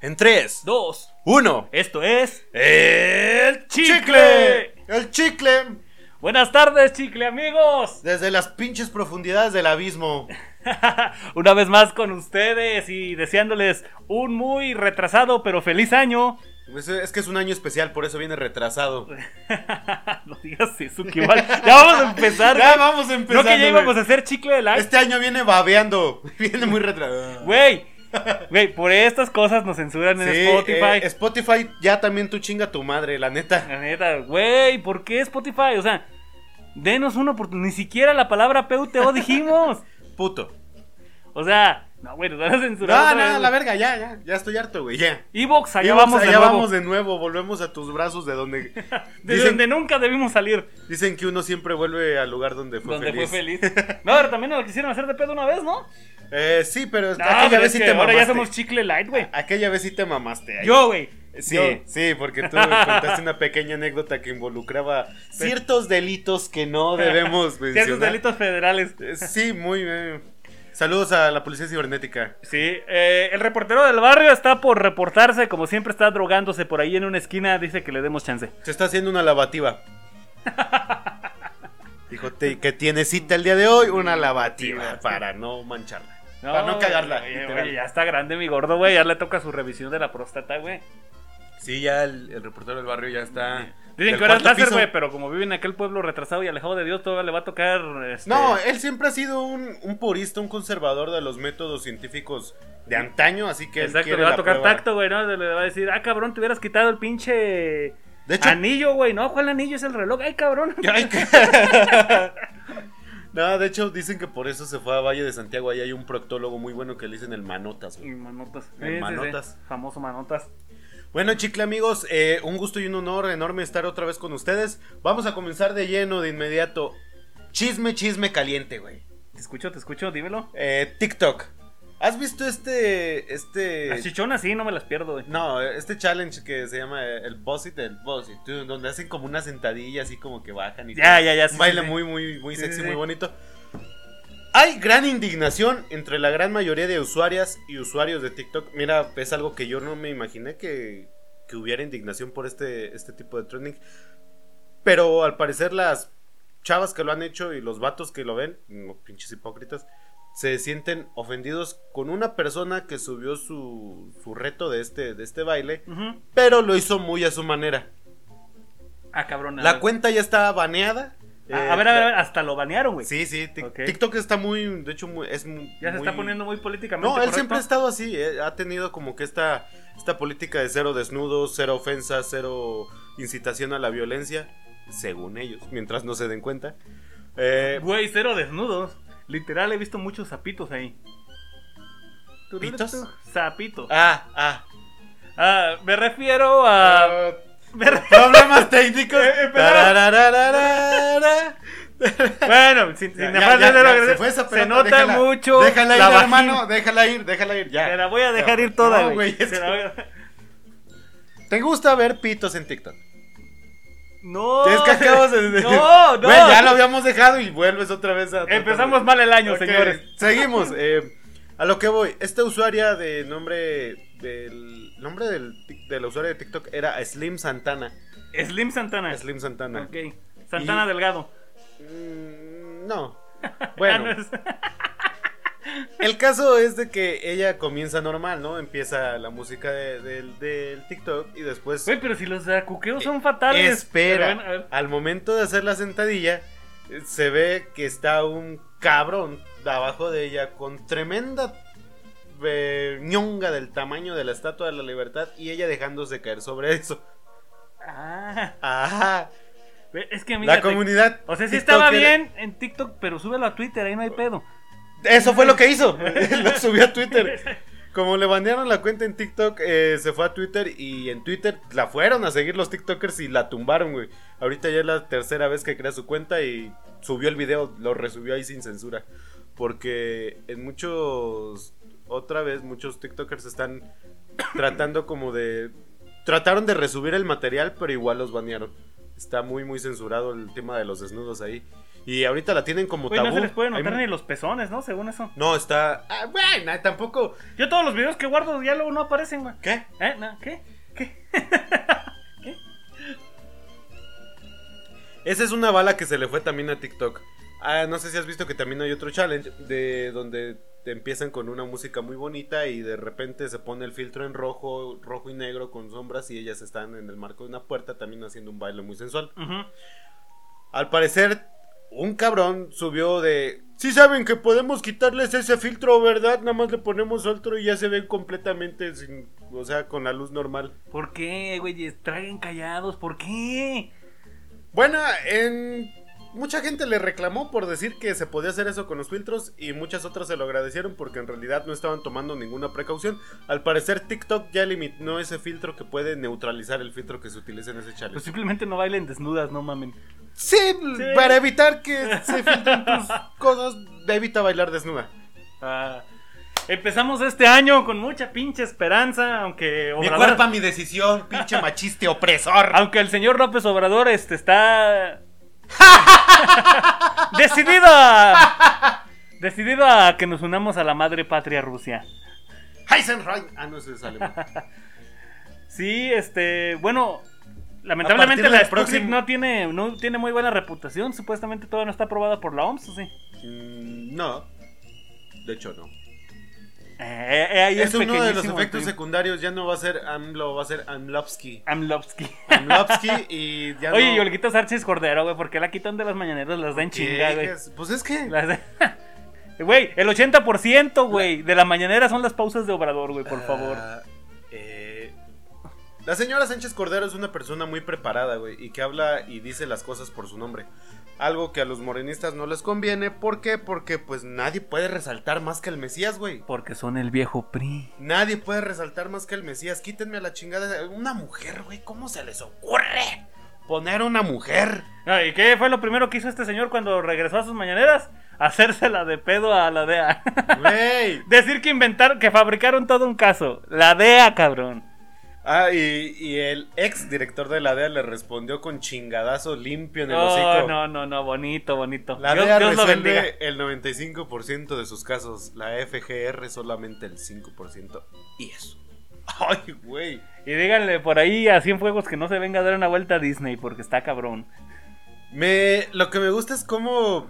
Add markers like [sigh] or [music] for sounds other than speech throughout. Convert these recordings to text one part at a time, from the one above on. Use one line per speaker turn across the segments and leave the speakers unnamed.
En 3,
Dos.
1.
Esto es.
¡El
chicle!
¡El chicle!
Buenas tardes, chicle amigos. [laughs]
Desde las pinches profundidades del abismo.
Una vez más con ustedes y deseándoles un muy retrasado pero feliz año. [laughs]
Pues, eh, es que es un año especial, por eso viene retrasado.
no digas eso, que igual. Ya vamos a
[laughs]
empezar. güey.
vamos a
no que ya íbamos a hacer chicle del año.
Este año viene babeando. [laughs] Viene muy retrasado.
Güey. Güey, por estas cosas nos censuran en
Sí,
Spotify.
eh, Spotify ya también tú chinga tu madre, la neta.
La neta, güey, ¿por qué Spotify? O sea, denos una oportunidad. Ni siquiera la palabra PUTO dijimos.
Puto.
O sea, no, güey, nos van a censurar.
No,
otra
no,
vez.
la verga, ya, ya. Ya estoy harto, güey, ya.
Evox, allá
Íbamos-
vamos de
allá
nuevo.
vamos de nuevo, volvemos a tus brazos de donde...
[laughs] De
dicen-
donde nunca debimos salir.
Dicen que uno siempre vuelve al lugar donde fue
donde
feliz.
fue feliz. [laughs] No, pero también nos lo quisieron hacer de pedo una vez, ¿no?
Eh, sí, pero
No,
aquella
pero
vez
es
sí
que
te
ahora
mamaste.
Ah, pues ya somos chicle light, güey.
Aquella vez sí te mamaste. ahí.
Yo, güey.
Sí,
Yo.
sí, porque
[laughs]
tú contaste una pequeña anécdota que involucraba ciertos delitos que
[laughs]
no debemos mencionar.
Ciertos delitos federales.
Eh, Sí, muy bien. Saludos a la policía cibernética.
Sí, eh, el reportero del barrio está por reportarse, como siempre está drogándose por ahí en una esquina, dice que le demos chance.
Se está haciendo una
[laughs]
lavativa. Dijo "Te- que tiene cita el día de hoy, una lavativa para no mancharla. para no cagarla.
Oye,
literal.
oye, ya está grande mi gordo, güey. Ya le toca su revisión de la próstata, güey.
Sí, ya el, el reportero del barrio ya está.
Dicen
del
que ahora es
cuarto
láser,
piso.
güey, pero como vive en aquel pueblo retrasado y alejado de Dios, todavía le va a tocar. este,
No, él siempre ha sido un, un purista, un conservador de los métodos científicos de antaño, así que él
Exacto,
quiere
le va a
la
tocar
prueba.
tacto, güey, ¿no? Le le va a decir, ah, cabrón, te hubieras quitado el pinche
De hecho,
anillo, güey, ¿no? ¿Cuál anillo es el reloj? Ay, cabrón.
[laughs] Ay, qué- no, de hecho dicen que por eso se fue a Valle de Santiago, ahí hay un proctólogo muy bueno que le dicen el Manotas.
Y
güey.
manotas.
El manotas.
Famoso manotas.
Bueno, chicle amigos, eh, un gusto y un honor enorme estar otra vez con ustedes. Vamos a comenzar de lleno, de inmediato. Chisme, chisme caliente, güey.
Te escucho, te escucho, dímelo.
Eh, TikTok. ¿Has visto este este
Las chichonas sí, no me las pierdo, güey.
No, este challenge que se llama eh, el boss it, el boss it, dude, donde hacen como una sentadilla así como que bajan y
Ya,
se-
ya, ya, sí,
un baile
sí, sí.
muy, muy, muy
Sí,
sexy,
sí, sí.
muy bonito. Hay gran indignación entre la gran mayoría de usuarias y usuarios de TikTok. Mira, es algo que yo no me imaginé que, que hubiera indignación por este, este tipo de trending. Pero al parecer las chavas que lo han hecho y los vatos que lo ven, no, pinches hipócritas, se sienten ofendidos con una persona que subió su, su reto de este, de este baile,
Ujú.
pero lo hizo muy a su manera.
Ah, cabrón. a
La
ver.
cuenta ya está baneada.
A,
eh,
a ver, a ver, a
la-
ver, hasta lo banearon, güey.
Sí, sí, tic-
Ok.
TikTok está muy, de hecho, muy- es muy...
Ya se
muy-
está poniendo muy políticamente.
No, él
correcto.
siempre ha estado así, eh, ha tenido como que esta, esta política de cero desnudos, cero ofensas, cero incitación a la violencia, según ellos, mientras no se den cuenta. Eh,
Güey, cero desnudos. Literal, he visto muchos zapitos ahí.
¿Pitos?
Zapitos.
ah, ah.
Ah, me
[laughs]
refiero a.
Ah,
me re-
Problemas técnicos.
Eh, eh, pero-
Tararararara.
Bueno, sin, sin
Ya,
afán
ya,
de
ya,
hacer-
se fue esa pelota,
nota
déjala-
mucho.
Déjala ir,
la vagina.
hermano. Déjala ir, déjala ir. Ya.
Te la voy a dejar ir toda,
No,
güey.
güey, es
Se la voy a-
¿Te gusta ver pitos en TikTok? [laughs]
No.
Es que acabas de-
No, no.
Güey, ya lo habíamos dejado y vuelves otra vez a.
Empezamos mal el año,
Ok,
señores.
Seguimos. eh, a lo que voy. Esta usuaria de nombre. Del nombre del, tic- de la usuaria de TikTok era Slim Santana.
Slim Santana.
Slim Santana.
Ok. Santana
Y-
Delgado.
Mm,
[laughs]
no.
Ah,
Bueno.
no es-
El caso es de que ella comienza normal, ¿no? Empieza la música de- del- del TikTok y después...
Güey, pero si los acuqueos son fatales.
Eh, espera.
Pero bueno, a ver.
Al momento de hacer la sentadilla, eh, se ve que está un cabrón abajo de ella con tremenda eh, ñonga del tamaño de la Estatua de la Libertad y ella dejándose caer sobre eso. [laughs]
Ah,
Ajá.
ve, es que mira.
La comunidad...
O sea, sí
TikTok
estaba
era-
bien en TikTok, pero súbelo a Twitter, ahí no hay pedo.
Eso fue lo que hizo. [laughs] lo subió a Twitter. Como le banearon la cuenta en TikTok, eh, se fue a Twitter y en Twitter la fueron a seguir los TikTokers y la tumbaron, güey. Ahorita ya es la tercera vez que crea su cuenta y subió el video, lo resubió ahí sin censura. Porque en muchos, otra vez, muchos TikTokers están [coughs] tratando como de... Trataron de resubir el material, pero igual los banearon. Está muy, muy censurado el tema de los desnudos ahí. Y ahorita la tienen como
[laughs] Güey,
tabú.
no se les puede
Hay-
notar ni los pezones, ¿no? Según eso.
No, está. Ah, bueno, tampoco.
Yo todos los videos que guardo ya luego no aparecen, güey.
¿Qué?
¿Eh? No, ¿Qué? ¿Qué?
Esa es una bala que se le fue también a TikTok. Ah, no sé si has visto que también hay otro challenge de donde te empiezan con una música muy bonita y de repente se pone el filtro en rojo, rojo y negro con sombras y ellas están en el marco de una puerta también haciendo un baile muy sensual.
Ujú.
Al parecer, un cabrón subió de... Sí saben que podemos quitarles ese filtro, ¿verdad? Nada más le ponemos otro y ya se ven completamente sin... O sea, con la luz normal.
¿Por qué, güey? Traguen callados, ¿por qué?
Bueno, en... mucha gente le reclamó por decir que se podía hacer eso con los filtros y muchas otras se lo agradecieron porque en realidad no estaban tomando ninguna precaución. Al parecer TikTok ya limitó ese filtro que puede neutralizar el filtro que se utiliza en ese challenge.
Pues simplemente no bailen desnudas, no mamen.
sí, para evitar que se filtren tus cosas, evita bailar desnuda.
Ah, empezamos este año con mucha pinche esperanza, aunque
Mi
Obrador-
cuerpo, mi decisión, pinche machiste opresor.
aunque el señor López Obrador
[laughs]
este está decidido a decidido a que nos unamos a la madre patria Rusia.
Heisenreich. Ah, no, ese es alemán.
Sí, este, bueno,
A
lamentablemente
partir
la
del
Sputnik
próximo-
no tiene no tiene muy buena reputación, supuestamente todavía no está aprobada por la OMS, ¿o sí.
Mm, No. De hecho, no.
Eh, eh, ahí
es uno de los
pequeñísimo el
efectos
tri-
secundarios. Ya no va a ser AMLO, va a ser AMLOVSKY.
Amlovsky.
AMLOVSKY y ya
Oye, y
no.
Olguita Sánchez Cordero, güey, ¿por qué la quitan de las mañaneras? Las dan
¿Qué?
chinga, güey.
Pues es que.
Las de- [laughs] Güey, el 80%, güey, de la mañanera son las pausas de Obrador, güey, por favor.
Ah, eh, La señora Sánchez Cordero es una persona muy preparada, güey, y que habla y dice las cosas por su nombre. Algo que a los morenistas no les conviene. ¿Por qué? Porque pues nadie puede resaltar más que el Mesías, güey.
Porque son el viejo PRI.
Nadie puede resaltar más que el Mesías. Quítenme a la chingada. Una mujer, güey, ¿cómo se les ocurre poner una
[laughs]
mujer?
Ah, ¿Y qué fue lo primero que hizo este señor cuando regresó a sus mañaneras? Hacérsela de pedo a [laughs] la DEA.
Güey.
Decir que inventaron, que fabricaron todo un caso. La DEA, cabrón.
Ah, y, y el ex director de la DEA le respondió con chingadazo limpio en el
Oh,
hocico.
no, no, no, bonito, bonito.
La
Dios,
DEA
Dios lo bendiga.
resuelve el 95% de sus casos, la FGR solamente el 5%. Y eso. [laughs] Ay, güey.
Y díganle por ahí a Cienfuegos que no se venga a dar una vuelta a Disney porque está cabrón.
Me, lo que me gusta es cómo...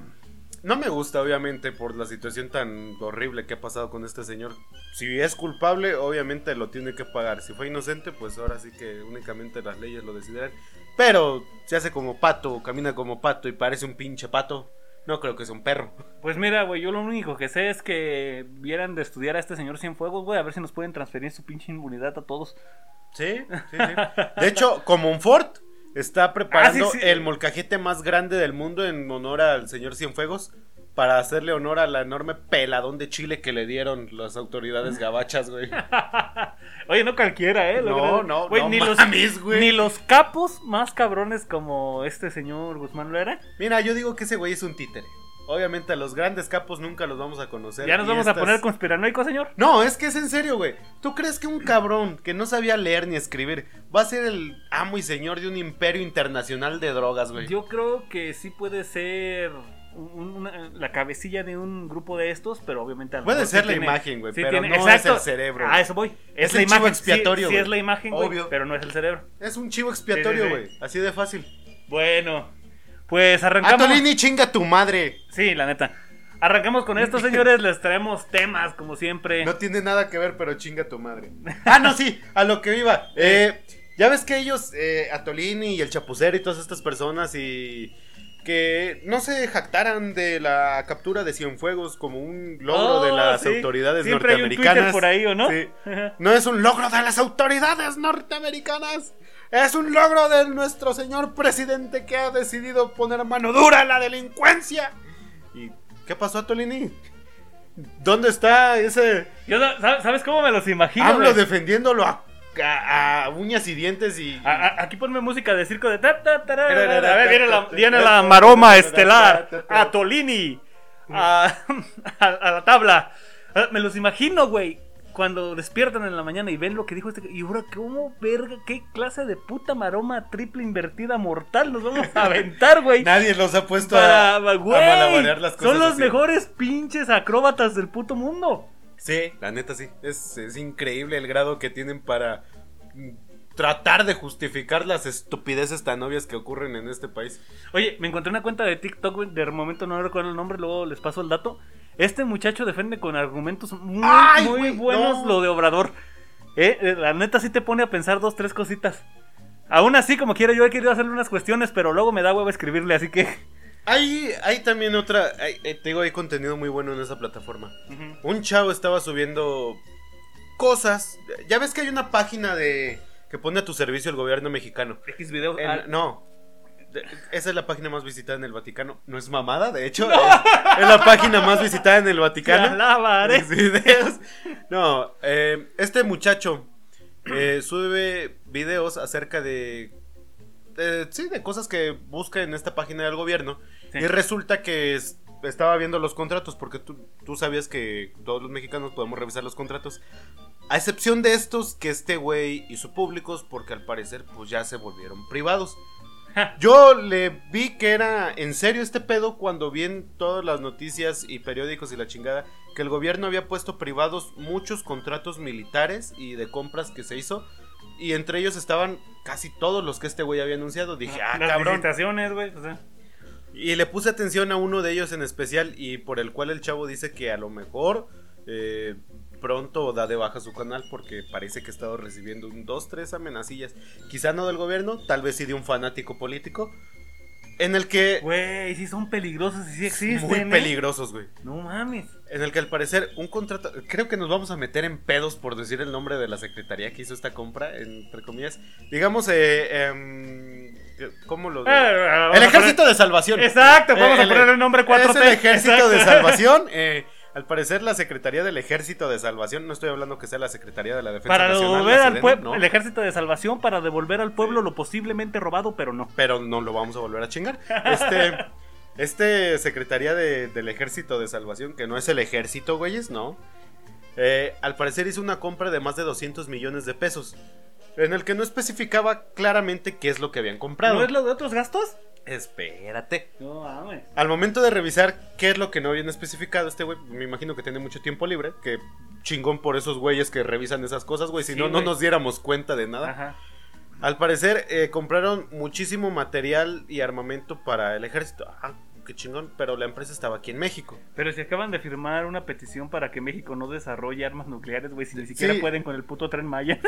No me gusta, obviamente, por la situación tan horrible que ha pasado con este señor. Si es culpable, obviamente lo tiene que pagar. Si fue inocente, pues ahora sí que únicamente las leyes lo decidirán. Pero se hace como pato, camina como pato y parece un pinche pato. No creo que sea un perro.
Pues mira, güey, yo lo único que sé es que vieran de estudiar a este señor Cienfuegos, güey, a ver si nos pueden transferir su pinche inmunidad a todos.
Sí,
[laughs]
sí, sí. De hecho, como un Ford está preparando
Ah, sí, sí.
el molcajete más grande del mundo en honor al señor Cienfuegos para hacerle honor a la enorme peladón de Chile que le dieron las autoridades gabachas, güey.
Oye, no cualquiera, [laughs] ¿eh?
No,
Lo grande.
no,
Güey,
no
ni
[laughs] mames,
los,
güey.
Ni los capos más cabrones como este señor Guzmán Loera.
Mira, yo digo que ese güey es un títere. Obviamente a los grandes capos nunca los vamos a conocer.
Ya nos
y
vamos a
estas-
poner conspiranoicos, señor.
No, es que es en serio, güey. ¿Tú crees que un cabrón que no sabía leer ni escribir va a ser el amo y señor de un imperio internacional de drogas, güey?
Yo creo que sí puede ser un- una- la cabecilla de un grupo de estos, pero obviamente a lo
Puede
mejor
ser
sí
la
tiene-
imagen, güey,
sí
pero
tiene-
no
exacto.
es el cerebro.
Ah, eso voy. Es,
Es
la
el chivo
imagen.
expiatorio,
sí, sí
güey.
es la imagen, güey,
Obvio.
pero no es el cerebro.
Es un chivo expiatorio,
Sí, sí, sí.
güey. Así de fácil.
Bueno, pues arrancamos.
Atolini, chinga tu madre.
Sí, la neta. Arrancamos
[laughs]
con esto, señores. Les traemos temas, como siempre.
No tiene nada que ver, pero chinga tu
[laughs]
madre. Ah, no, sí, a lo que iba. Eh, ya ves que ellos, eh, Atolini y el Chapucero y todas estas personas y que no se jactaran de la captura de Cienfuegos como un logro
Oh,
de las
sí.
autoridades
Siempre hay un Twitter
norteamericanas.
por ahí, ¿o no?
Sí. No es un logro de las autoridades norteamericanas. Es un logro de nuestro señor presidente que ha decidido poner mano dura a la delincuencia. ¿Y qué pasó, Tolini? ¿Dónde está ese
[laughs] Yo, sa- ¿sabes- ¿Sabes cómo me los imagino?
hablo
güey?
defendiéndolo a, a- a uñas y dientes y...
A- a- aquí ponme música de circo de. ta, ta, ta, ra, ra, ra. A ver, viene la, viene la maroma estelar. A [laughs] Tolini. A, a- a la tabla. Ah, Me los Eh, imagino, güey. cuando despiertan en la mañana y ven lo que dijo este. Y ahora, ¿cómo verga? ¿Qué clase de puta maroma triple invertida mortal nos vamos
[laughs]
a aventar, güey?
Nadie los ha puesto
Para,
a,
güey,
a malabarear las cosas.
Son los
así.
mejores pinches acróbatas del puto mundo.
Sí, la neta sí. Es, es increíble el grado que tienen para mm, tratar de justificar las estupideces tan obvias que ocurren en este país.
Oye, me encontré una cuenta de TikTok, güey, de momento no recuerdo el nombre, luego les paso el dato. Este muchacho defiende con argumentos muy,
¡Ay,
muy
güey,
buenos
no!
lo de Obrador. Eh, eh, la neta sí te pone a pensar dos, tres cositas. Aún así, como quiera, yo he querido hacerle unas cuestiones, pero luego me da huevo escribirle, así que...
Hay, hay también otra, hay- eh, te digo, hay contenido muy bueno en esa plataforma. Un chavo estaba subiendo cosas. Ya ves que hay una página de que pone a tu servicio el gobierno mexicano.
X video.
El-
ah,
no. De- Esa es la página más visitada en el Vaticano. No es mamada, de hecho. Es, es la página más visitada en el
te
Vaticano. [laughs]
alabaré.
Los videos. No, eh, este muchacho eh, sube videos acerca de, de- Sí, de cosas que busca en esta página del gobierno.
Sí.
Y resulta que es- estaba viendo los contratos, porque tú, tú sabías que todos los mexicanos podemos revisar los contratos. A excepción de estos que este güey hizo públicos, porque al parecer pues ya se volvieron privados.
Ja.
Yo le vi que era en serio este pedo cuando vi en todas las noticias y periódicos y la chingada que el gobierno había puesto privados muchos contratos militares y de compras que se hizo y entre ellos estaban casi todos los que este güey había anunciado. Dije, ah,
Las
cabrón.
felicitaciones, güey. o sea.
Y le puse atención a uno de ellos en especial y por el cual el chavo dice que a lo mejor eh, pronto da de baja su canal porque parece que ha estado recibiendo un 2, 3 amenacillas. Quizá no del gobierno, tal vez sí de un fanático político. En el que...
Güey, sí son peligrosos y sí existen.
muy
¿eh?
peligrosos, güey.
No mames.
En el que al parecer un contrato... Creo que nos vamos a meter en pedos por decir el nombre de la secretaría que hizo esta compra, entre comillas. Digamos, eh, em, ¿cómo
Ah, Eh,
lo... El ejército de salvación.
Exacto, vamos
Eh,
a
el-
poner el nombre 4T.
Es el Ejército
Exacto.
de Salvación. eh, al parecer, la Secretaría del Ejército de Salvación, no estoy hablando que sea la Secretaría de la Defensa
Para
Nacional,
devolver
la
al
Sedena,
pueblo,
no,
el ejército de salvación para devolver al pueblo lo posiblemente robado, pero no.
pero no lo vamos a volver a chingar. Este,
[laughs]
este Secretaría de- del Ejército de Salvación, que no es el Ejército, güeyes, no. eh, al parecer hizo una compra de más de 200 millones de pesos. En el que no especificaba claramente qué es lo que habían comprado.
¿No es lo de otros gastos?
Espérate.
No mames.
Al momento de revisar qué es lo que no habían especificado, este güey, me imagino que tiene mucho tiempo libre, que chingón por esos güeyes que revisan esas cosas, güey, si
Sí,
no, no
güey.
nos diéramos cuenta de nada.
Ajá.
Al parecer, eh, compraron muchísimo material y armamento para el ejército. Ah, qué chingón, pero la empresa estaba aquí en México.
Pero si acaban de firmar una petición para que México no desarrolle armas nucleares, güey, si ni siquiera
Sí.
pueden con el puto tren Maya.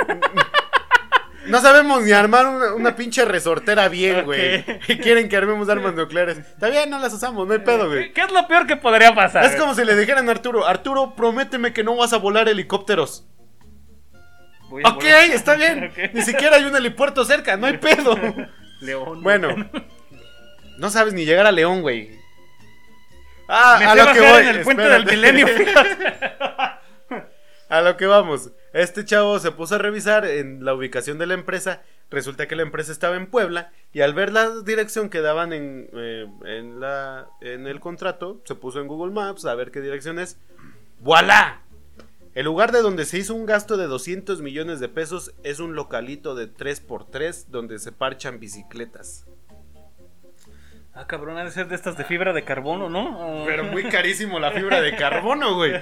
No sabemos ni armar una, una pinche resortera bien, güey.
[laughs] Ok.
Y quieren que armemos armas nucleares. Está bien, no las usamos, no hay pedo, güey.
¿Qué es lo peor que podría pasar?
Es como si le dijeran a Arturo, Arturo, prométeme que no vas a volar helicópteros.
Voy a
Ok,
volar.
está bien.
Ok.
Ni siquiera hay un helipuerto cerca, no hay pedo.
León.
Bueno, no sabes ni llegar a León, güey. Ah,
me
a
sé
lo que
bajar
voy.
en el puente
espérate.
del
[laughs]
milenio, fíjate.
A lo que vamos. Este chavo se puso a revisar en la ubicación de la empresa. Resulta que la empresa estaba en Puebla y al ver la dirección que daban en, eh, en, la, en el contrato, se puso en Google Maps a ver qué dirección es. ¡Voilá! El lugar de donde se hizo un gasto de 200 millones de pesos es un localito de 3x3 donde se parchan bicicletas.
Ah, cabrón, ha de ser de estas de fibra de carbono, ¿no?
Pero muy carísimo la fibra de carbono, güey.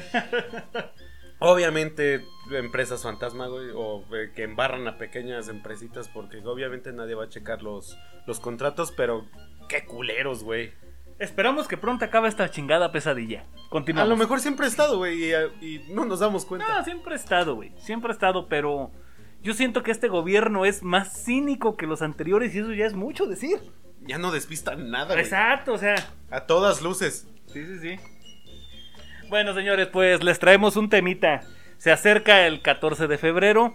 Obviamente, empresas fantasma, güey, o eh, que embarran a pequeñas empresitas porque obviamente nadie va a checar los, los contratos, pero qué culeros, güey.
Esperamos que pronto acabe esta chingada pesadilla.
A
Continuamos.
lo mejor siempre ha estado, güey, y, eh, y no nos damos
No,
cuenta.
siempre ha estado, güey. Siempre ha estado, pero yo siento que este gobierno es más cínico que los anteriores y eso ya es mucho decir.
Ya no despistan nada, güey.
Exacto, o sea.
A todas luces.
Sí, sí, sí. Bueno, señores, pues les traemos un temita. Se acerca el 14 de febrero.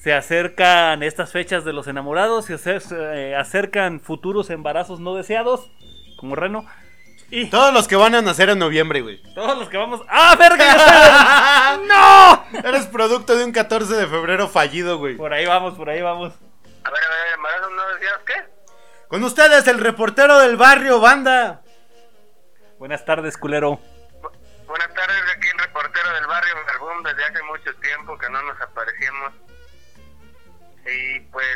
Se acercan estas fechas de los enamorados. Se acer- se, eh, acercan futuros embarazos no deseados. Como Reno. Y
Todos los que van a nacer en noviembre, güey.
todos los que vamos. ¡Ah,
[laughs]
verga! [laughs] ¡No!
Eres producto de un 14 de febrero fallido, güey.
Por ahí vamos, por ahí vamos.
A ver, a ver, embarazo, ¿no decías qué?
Con ustedes, el reportero del barrio, banda.
Buenas tardes, culero.
Bu- Buenas tardes, aquí el reportero del barrio Vergún desde hace mucho tiempo.
tiempo que no nos aparecíamos. Y pues,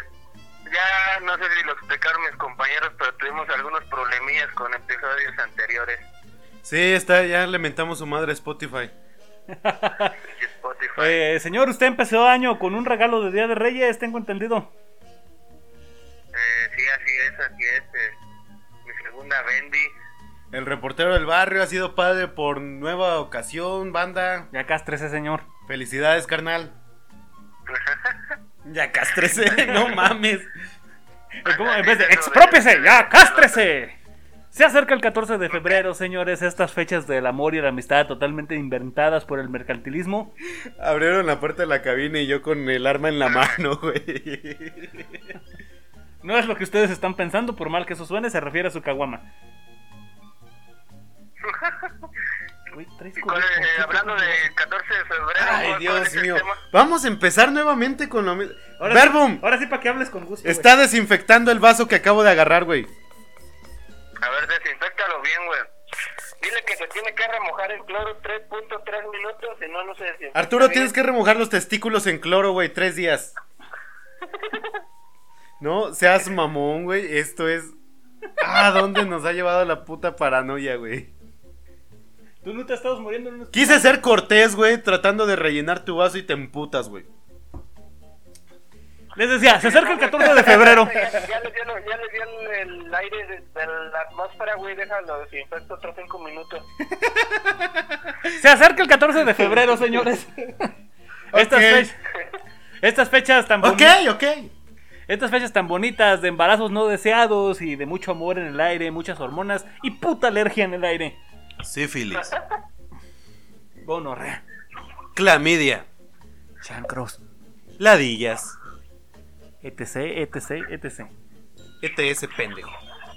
ya no sé si lo explicaron mis compañeros, pero tuvimos algunos problemillas con episodios anteriores.
Sí, está, ya lamentamos su madre a Spotify.
Y Spotify.
Eh, señor, usted empezó año con un regalo de Día de Reyes, tengo entendido.
Eh, sí, así es, así es. eh, mi segunda Bendy. [laughs]
El reportero del barrio ha sido padre por nueva ocasión, banda.
Ya cástrese, señor.
Felicidades, carnal. Ya castrese, [laughs] no mames.
Eh, ¿cómo? En vez de expropiese, ya cástrese. Se acerca el 14 de febrero, señores, estas fechas del amor y la amistad totalmente inventadas por el mercantilismo.
Abrieron la puerta de la cabina y yo con el arma en la mano, güey.
No es lo que ustedes están pensando, por mal que eso suene, se refiere a su caguama. Güey, traes
Y cuál es, eh,
conejo.
hablando del 14 de febrero,
Ay,
¿cuál- cuál
Dios
es el
mío.
tema?
Vamos a empezar nuevamente con lo mismo.
Ahora
Verbum,
Sí, ahora sí, para que hables con gusto. güey.
está desinfectando el vaso que acabo de agarrar, güey.
A ver, desinfectalo bien, güey. Dile que se tiene que remojar el cloro 3.3 minutos, si no, no se desinfecta.
Arturo,
bien.
tienes que remojar los testículos en cloro, güey, tres días. No, seas mamón, güey. Esto es. ¿A dónde nos ha llevado la puta paranoia, güey?
Tú no te estabas muriendo en un
Quise ser cortés, güey, tratando de rellenar tu vaso y te emputas, güey.
Les decía, se acerca el 14 de febrero.
[laughs] Ya, ya le dieron, ya le dieron el aire de, de la atmósfera, güey. Déjalo, desinfecta otros 5 minutos.
Se acerca el 14 de febrero, señores. Estas,
Ok.
fech- estas fechas tan
Ok,
bonitas.
ok.
Estas fechas tan bonitas de embarazos no deseados y de mucho amor en el aire, muchas hormonas y puta alergia en el aire.
Sífilis.
Gonorrea,
Clamidia.
chancros,
Ladillas.
etc, etc, etc.
ETS E pendejo.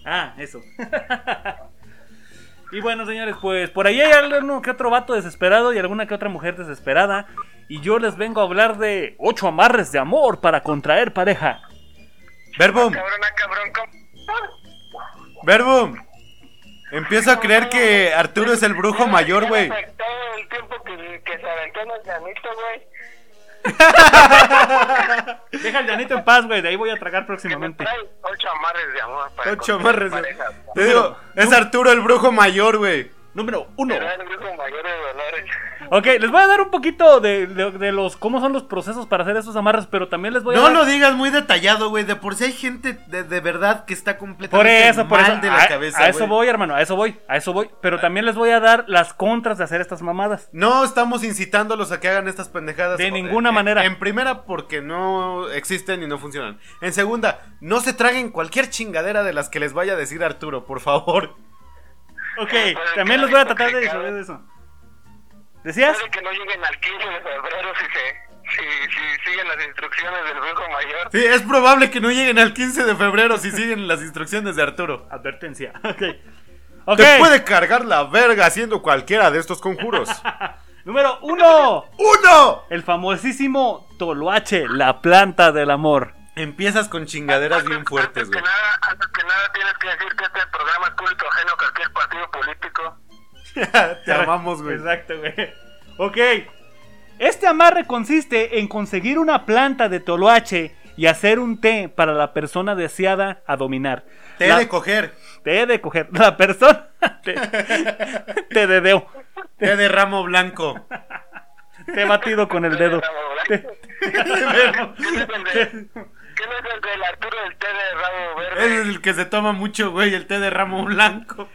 Ah, eso. [laughs] y bueno, señores, pues por ahí hay alguno que otro vato desesperado y alguna que otra mujer desesperada. Y yo les vengo a hablar de ocho amarres de amor para contraer pareja.
Verbum,
Cabrón, ah, cabrón, ¿cómo?
verbum. Empiezo a creer que Arturo es el brujo mayor, güey.
Ya le afectó el tiempo que, que se aventó en el llanito, güey.
Deja al llanito en paz, güey, de ahí voy a tragar
Que me
próximamente.
trae ocho amarres de amor para
Ocho
encontrar
amarres de-
pareja.
Te digo, es Arturo el brujo mayor, güey.
Número uno.
Era el grupo mayor de dolores.
Ok, les voy a dar un poquito de, de- de los cómo son los procesos para hacer esos amarres, pero también les voy a
No
dar-
lo digas muy detallado, güey. De por sí hay gente de, de verdad que está
por
completamente
eso, por
mal
eso.
de la
a,
cabeza.
a eso
güey.
voy, hermano, a eso voy, a eso voy. Pero también les voy a dar las contras de hacer estas mamadas.
No estamos incitándolos a que hagan estas pendejadas.
De
O-
ninguna
en-
manera.
En primera, porque no existen y no funcionan. En segunda, no se traguen cualquier chingadera de las que les vaya a decir Arturo, por favor. [laughs]
Ok,
Pero
también
el
los voy a
carrito
tratar de
que cabe.
disolver eso. ¿Decías?
Puede que no lleguen al 15 de febrero si se... Si, si siguen las instrucciones del brujo mayor.
Sí, es probable que no lleguen al 15 de febrero si siguen las instrucciones de Arturo.
Advertencia. [laughs] Ok. Ok.
Te puede cargar la verga haciendo cualquiera de estos conjuros.
[laughs] Número uno.
¡Uno!
El famosísimo Toloache, la planta del amor.
Empiezas con chingaderas bien
Antes-
fuertes,
antes
güey.
que nada, antes que nada tienes que decir que este programa es público ajeno a cualquier partido político.
[laughs] Te amamos, güey.
Exacto, güey. Ok. Este amarre consiste en conseguir una planta de toloache y hacer un té para la persona deseada a dominar.
Te he
La-
de coger.
té de coger.
[laughs]
La persona. Té, té de dedo.
Té de ramo blanco.
Té batido con el dedo.
[laughs]
¿Quién es el de- quién es el del Arturo del té de rabo
Es
verde?
el que se toma mucho, güey, el té de ramo blanco.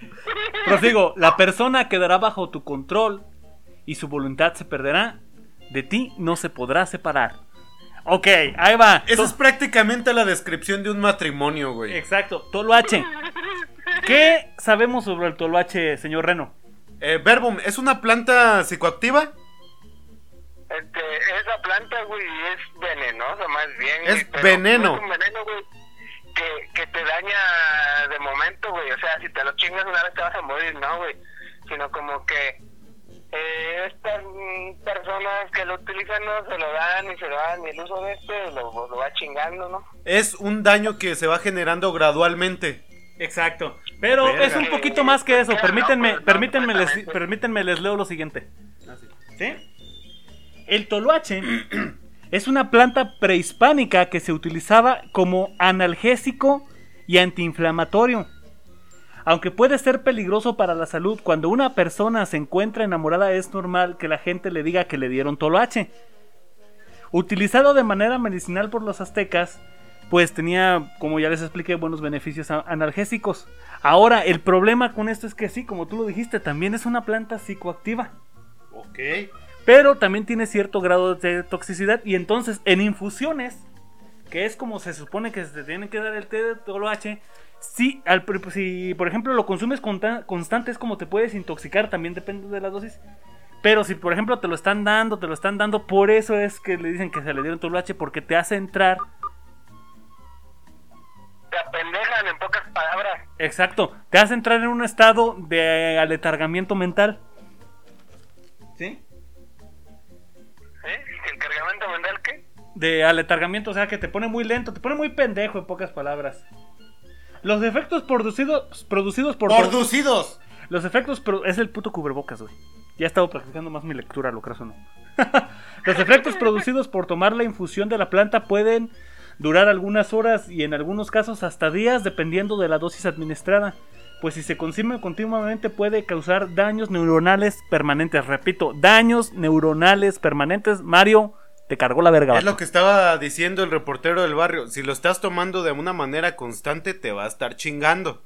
Prosigo, la persona quedará bajo tu control y su voluntad se perderá. De ti no se podrá separar. Ok, ahí va.
Eso es prácticamente la descripción de un matrimonio, güey.
Exacto, toloache. ¿Qué sabemos sobre el toloache, señor Reno?
Eh, Verbum, ¿es una planta psicoactiva?
Este, esa planta, güey, es venenosa más bien.
Es
güey, pero
veneno.
Es un veneno, güey, que, que te daña de momento, güey. O sea, si te lo chingas una vez te vas a morir, no, güey. Sino como que eh, estas mm, personas que lo utilizan no se lo dan y se lo dan y el uso de este lo, lo va chingando, ¿no?
Es un daño que se va generando gradualmente.
Exacto. Pero
Verga.
es un poquito más que eso.
No, Ah,
Permítanme,
pues no,
permítanme, les,
completamente.
permítanme, les leo lo siguiente. ¿Sí? El toloache es una planta prehispánica que se utilizaba como analgésico y antiinflamatorio. Aunque puede ser peligroso para la salud, cuando una persona se encuentra enamorada es normal que la gente le diga que le dieron toloache. Utilizado de manera medicinal por los aztecas, pues tenía, como ya les expliqué, buenos beneficios a- analgésicos. Ahora, el problema con esto es que sí, como tú lo dijiste, también es una planta psicoactiva
Ok.
pero también tiene cierto grado de toxicidad y entonces en infusiones, que es como se supone que se tienen que dar el té de toloache, si, al, pri- si por ejemplo lo consumes conta- constante es como te puedes intoxicar, también depende de la dosis. Pero si por ejemplo te lo están dando, te lo están dando, por eso es que le dicen que se le dieron toloache porque te hace entrar
Te apendejan en pocas palabras.
Exacto, te hace entrar en un estado de aletargamiento mental. ¿Sí?
¿Eh? ¿El cargamento mental qué?
de aletargamiento, o sea, que te pone muy lento, te pone muy pendejo en pocas palabras. Los efectos producidos producidos por
Producidos.
los efectos pro- es el puto cubrebocas, güey. Ya he estado practicando más mi lectura, lo creas o no. [laughs] los efectos producidos por tomar la infusión de la planta pueden durar algunas horas y en algunos casos hasta días dependiendo de la dosis administrada. Pues si se consume continuamente puede causar daños neuronales permanentes. Repito, daños neuronales permanentes. Mario, te cargó la verga.
Es lo que estaba diciendo el reportero del barrio. Si lo estás tomando de una manera constante, te va a estar chingando.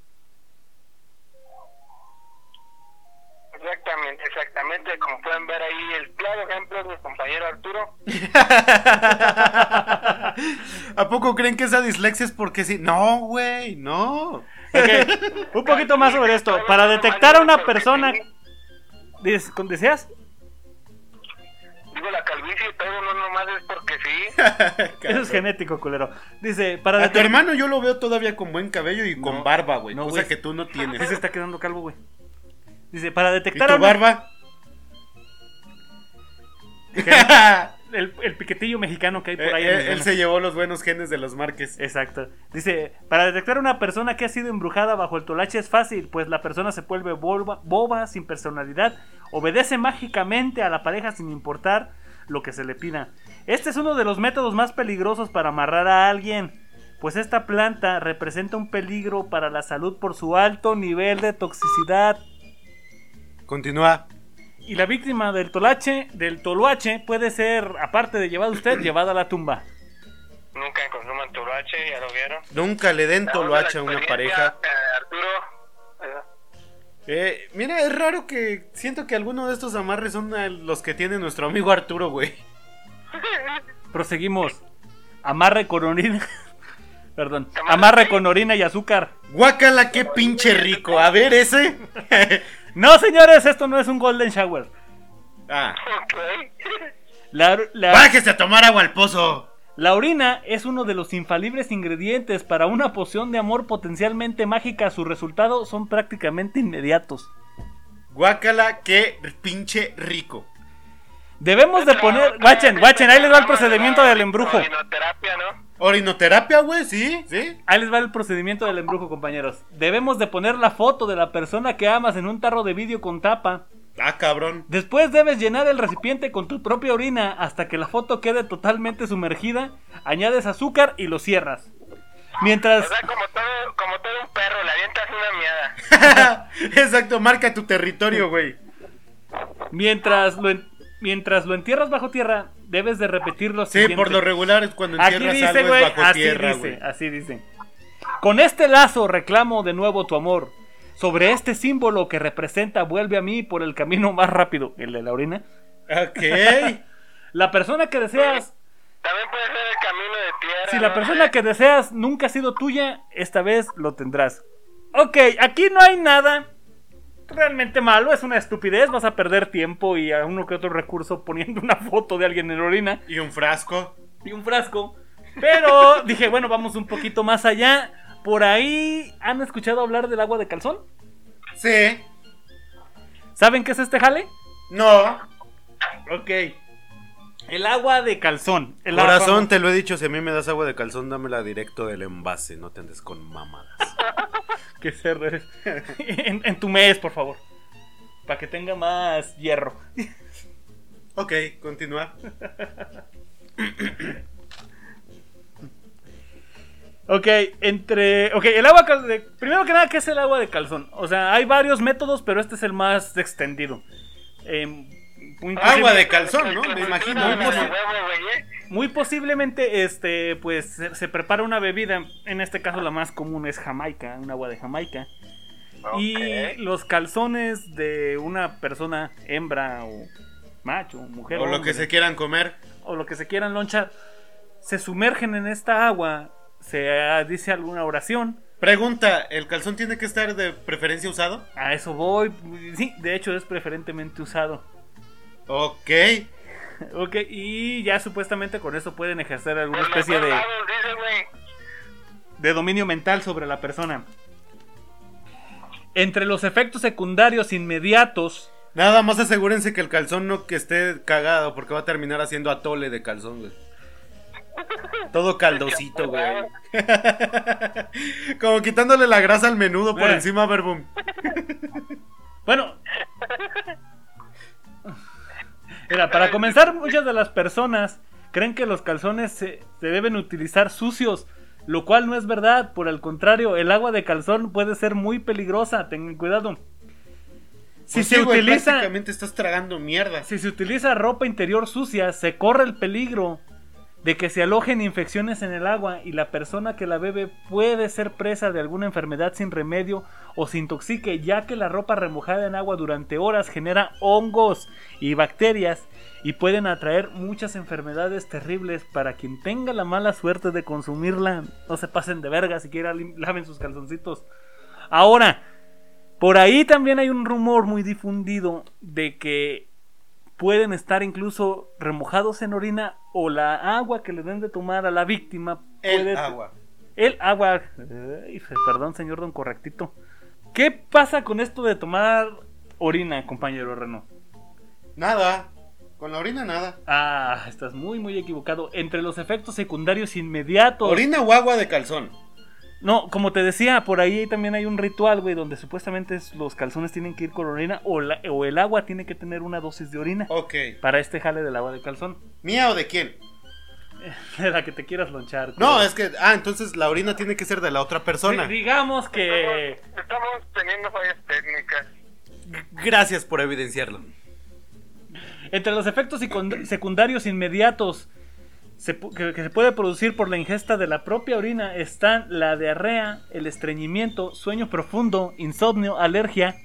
Exactamente, exactamente. Como pueden ver ahí, el claro ejemplo es mi compañero Arturo.
[laughs] ¿A poco creen que esa dislexia es porque sí? No, güey, no.
Ok, Un poquito más sobre esto. Para detectar a una persona. Dices, ¿con- ¿Deseas?
Digo, la calvicie y todo no nomás es porque
[laughs]
sí.
[laughs] Eso es genético, culero. Dice, para
A Ah, tu
detectar.
hermano yo lo veo todavía con buen cabello y con
No,
barba, güey.
no,
cosa
güey. Pues, este,
que tú no
Sí se
tienes.
Ah, está quedando calvo, güey. Dice, para
¿Y
detectar a
tu
una-
barba?
El, el piquetillo mexicano que hay [laughs] por
Eh,
ahí. en
él,
el
él se llevó los buenos genes de los Márquez.
Exacto. Dice, para detectar a una persona que ha sido embrujada bajo el tolache es fácil, pues la persona se vuelve boba, boba, sin personalidad, obedece mágicamente a la pareja sin importar lo que se le pida. Este es uno de los métodos más peligrosos para amarrar a alguien, pues esta planta representa un peligro para la salud por su alto nivel de toxicidad.
Continúa.
Y la víctima del tolache, del toluache, puede ser, aparte de llevada [clears throat] usted, llevada a la tumba.
Nunca consuman turache, ya lo vieron.
Nunca le den toloache a
La
una
experiencia,
pareja.
eh, Arturo. eh, [laughs]
Eh, mira, es raro que siento que alguno de estos amarres son eh, los que tiene nuestro amigo Arturo, güey.
Proseguimos. Amarre con orina. [laughs] Perdón. Amarre con orina y azúcar.
Guácala, qué pinche rico. A ver, ese. [laughs]
No, señores, esto no es un golden shower.
ah.
Ok.
La, la,
Bájese a tomar agua al pozo.
la orina es uno de los infalibles ingredientes para una poción de amor potencialmente mágica. Sus resultados son prácticamente inmediatos.
Guácala, qué pinche rico.
Debemos de poner... Guachen, guachen, ahí les va el procedimiento del embrujo.
Orinoterapia, ¿no?
Orinoterapia, güey, sí, sí.
Ahí les va el procedimiento del embrujo, compañeros. Debemos de poner la foto de la persona que amas en un tarro de vidrio con tapa.
Ah, cabrón. [laughs]
Después debes llenar el recipiente con tu propia orina hasta que la foto quede totalmente sumergida, añades azúcar y lo cierras.
O
Mientras,
sea, como todo, como todo un perro, le avientas una miada.
Exacto, marca tu territorio, güey.
mientras, lo, en- mientras lo entierras bajo tierra, debes de repetir lo
Sí,
siguiente.
por lo regular es cuando
Aquí
entierras
dice,
algo
güey,
es bajo
así
tierra,
dice,
güey.
así dice. Con este lazo reclamo de nuevo tu amor. Sobre este símbolo que representa vuelve a mí por el camino más rápido, el de la orina.
Ok.
La persona que deseas
También puede ser el camino de tierra.
Si la
¿no?
persona que deseas nunca ha sido tuya, esta vez lo tendrás. Ok, aquí no hay nada realmente malo, es una estupidez, vas a perder tiempo y a uno que otro recurso poniendo una foto de alguien en la orina
Y un frasco.
y un frasco. Pero dije, bueno, vamos un poquito más allá. Por ahí, ¿han escuchado hablar del agua de calzón?
Sí.
¿Saben qué es este jale?
No.
Ok. El agua de calzón. El agua-
Corazón, te lo he dicho, si a mí me das agua de calzón, dámela directo del envase, no te andes con mamadas.
que se re- [laughs] en, en tu mes, por favor. Para que tenga más hierro.
Ok, continúa.
Ok, entre. Ok, el agua. cal- de- Primero que nada, ¿qué es el agua de calzón? O sea, hay varios métodos, pero este es el más extendido. Em, muy
Agua
posible-
de calzón, ¿no? Me imagino.
Muy
algo así.
huevo, güey, ¿eh?
Muy posiblemente, este, pues se, se prepara una bebida. En este caso, la más común es Jamaica, un agua de Jamaica.
Ok.
Y los calzones de una persona, hembra o macho, mujer.
O lo que
hombre,
se quieran comer.
o lo que se quieran lonchar, se sumergen en esta agua, se ah, dice alguna oración.
Pregunta, ¿el calzón tiene que estar de preferencia usado?
A eso voy. Sí, de hecho es preferentemente usado. [laughs]
Ok.
Ok, y ya supuestamente con eso pueden ejercer alguna
Pues los
especie de,
lados, dice, güey.
de dominio mental sobre la persona. Entre los efectos secundarios inmediatos,
Nada más asegúrense que el calzón no que esté cagado porque va a terminar haciendo atole de calzón, güey. Todo caldosito, güey. [laughs] Como quitándole la grasa al menudo por
Eh.
encima, verbum.
bueno... Mira, para comenzar, muchas de las personas creen que los calzones se, se deben utilizar sucios, lo cual no es verdad. Por el contrario, el agua de calzón puede ser muy peligrosa, tengan cuidado. Si
Pues
se
sí, güey,
utiliza-
prácticamente estás tragando mierda.
Si se utiliza ropa interior sucia, se corre el peligro de que se alojen infecciones en el agua y la persona que la bebe puede ser presa de alguna enfermedad sin remedio o se intoxique, ya que la ropa remojada en agua durante horas genera hongos y bacterias y pueden atraer muchas enfermedades terribles para quien tenga la mala suerte de consumirla. No se pasen de verga, siquiera lim- laven sus calzoncitos. Ahora, por ahí también hay un rumor muy difundido de que pueden estar incluso remojados en orina o la agua que le den de tomar a la víctima.
El
puede-
agua.
El agua. Ay, perdón, señor don correctito. ¿Qué pasa con esto de tomar orina, compañero Reno?
Nada. Con la orina nada.
Ah, estás muy, muy equivocado. Entre los efectos secundarios inmediatos.
Orina o agua de calzón.
No, como te decía, por ahí también hay un ritual, güey, donde supuestamente es- los calzones tienen que ir con orina o, la- o el agua tiene que tener una dosis de orina
Ok.
para este jale del agua de calzón. [laughs]
¿Mía o de quién?
De la que te quieras lonchar.
No,
culero.
es que. Ah, entonces la orina tiene que ser de la otra persona.
Di- digamos que.
Estamos, estamos teniendo fallas técnicas.
Gracias por evidenciarlo.
Entre los efectos secund- secundarios inmediatos se pu- que, que se puede producir por la ingesta de la propia orina están la diarrea, el estreñimiento, sueño profundo, insomnio, alergia,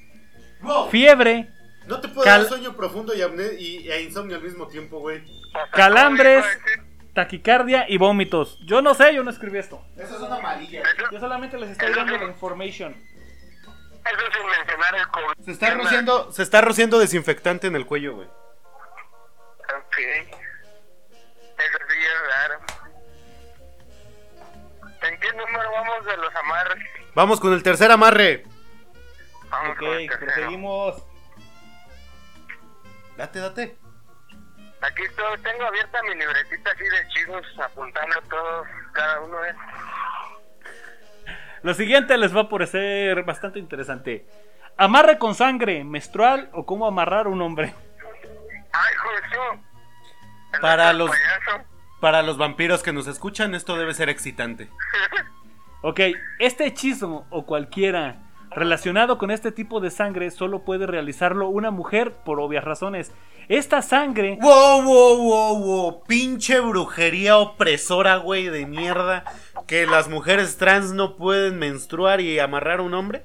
fiebre,
No te puede
Cal-
dar sueño profundo y, amne- y- e insomnio al mismo tiempo, güey.
O sea,
Calambres.
¿cómo dijo ese?
taquicardia y vómitos. Yo no sé, yo no escribí esto.
Esa es una amarilla.
Yo solamente les estoy dando la information.
Eso sin mencionar el COVID.
Se está rociando, se está rociando desinfectante en el cuello, güey.
Ok. Eso sí es raro. ¿En qué número vamos de los amarres?
Vamos con el tercer amarre.
Vamos
Ah, Ok,
con el tercero.
proseguimos.
Date, date.
Aquí estoy, tengo abierta mi libretita así de chismos apuntando todos, cada uno de
Lo siguiente les va a parecer bastante interesante. Amarre con sangre, menstrual o cómo amarrar un hombre.
¡Ay, Jesús! El
Para
otro
los-
payaso.
Para los vampiros que nos escuchan, esto debe ser excitante.
Ok, este hechizo o cualquiera relacionado con este tipo de sangre solo puede realizarlo una mujer por obvias razones. Esta sangre,
Wow, wow, wow, wow. Pinche brujería opresora, güey, de mierda. Que las mujeres trans no pueden menstruar y amarrar a un hombre.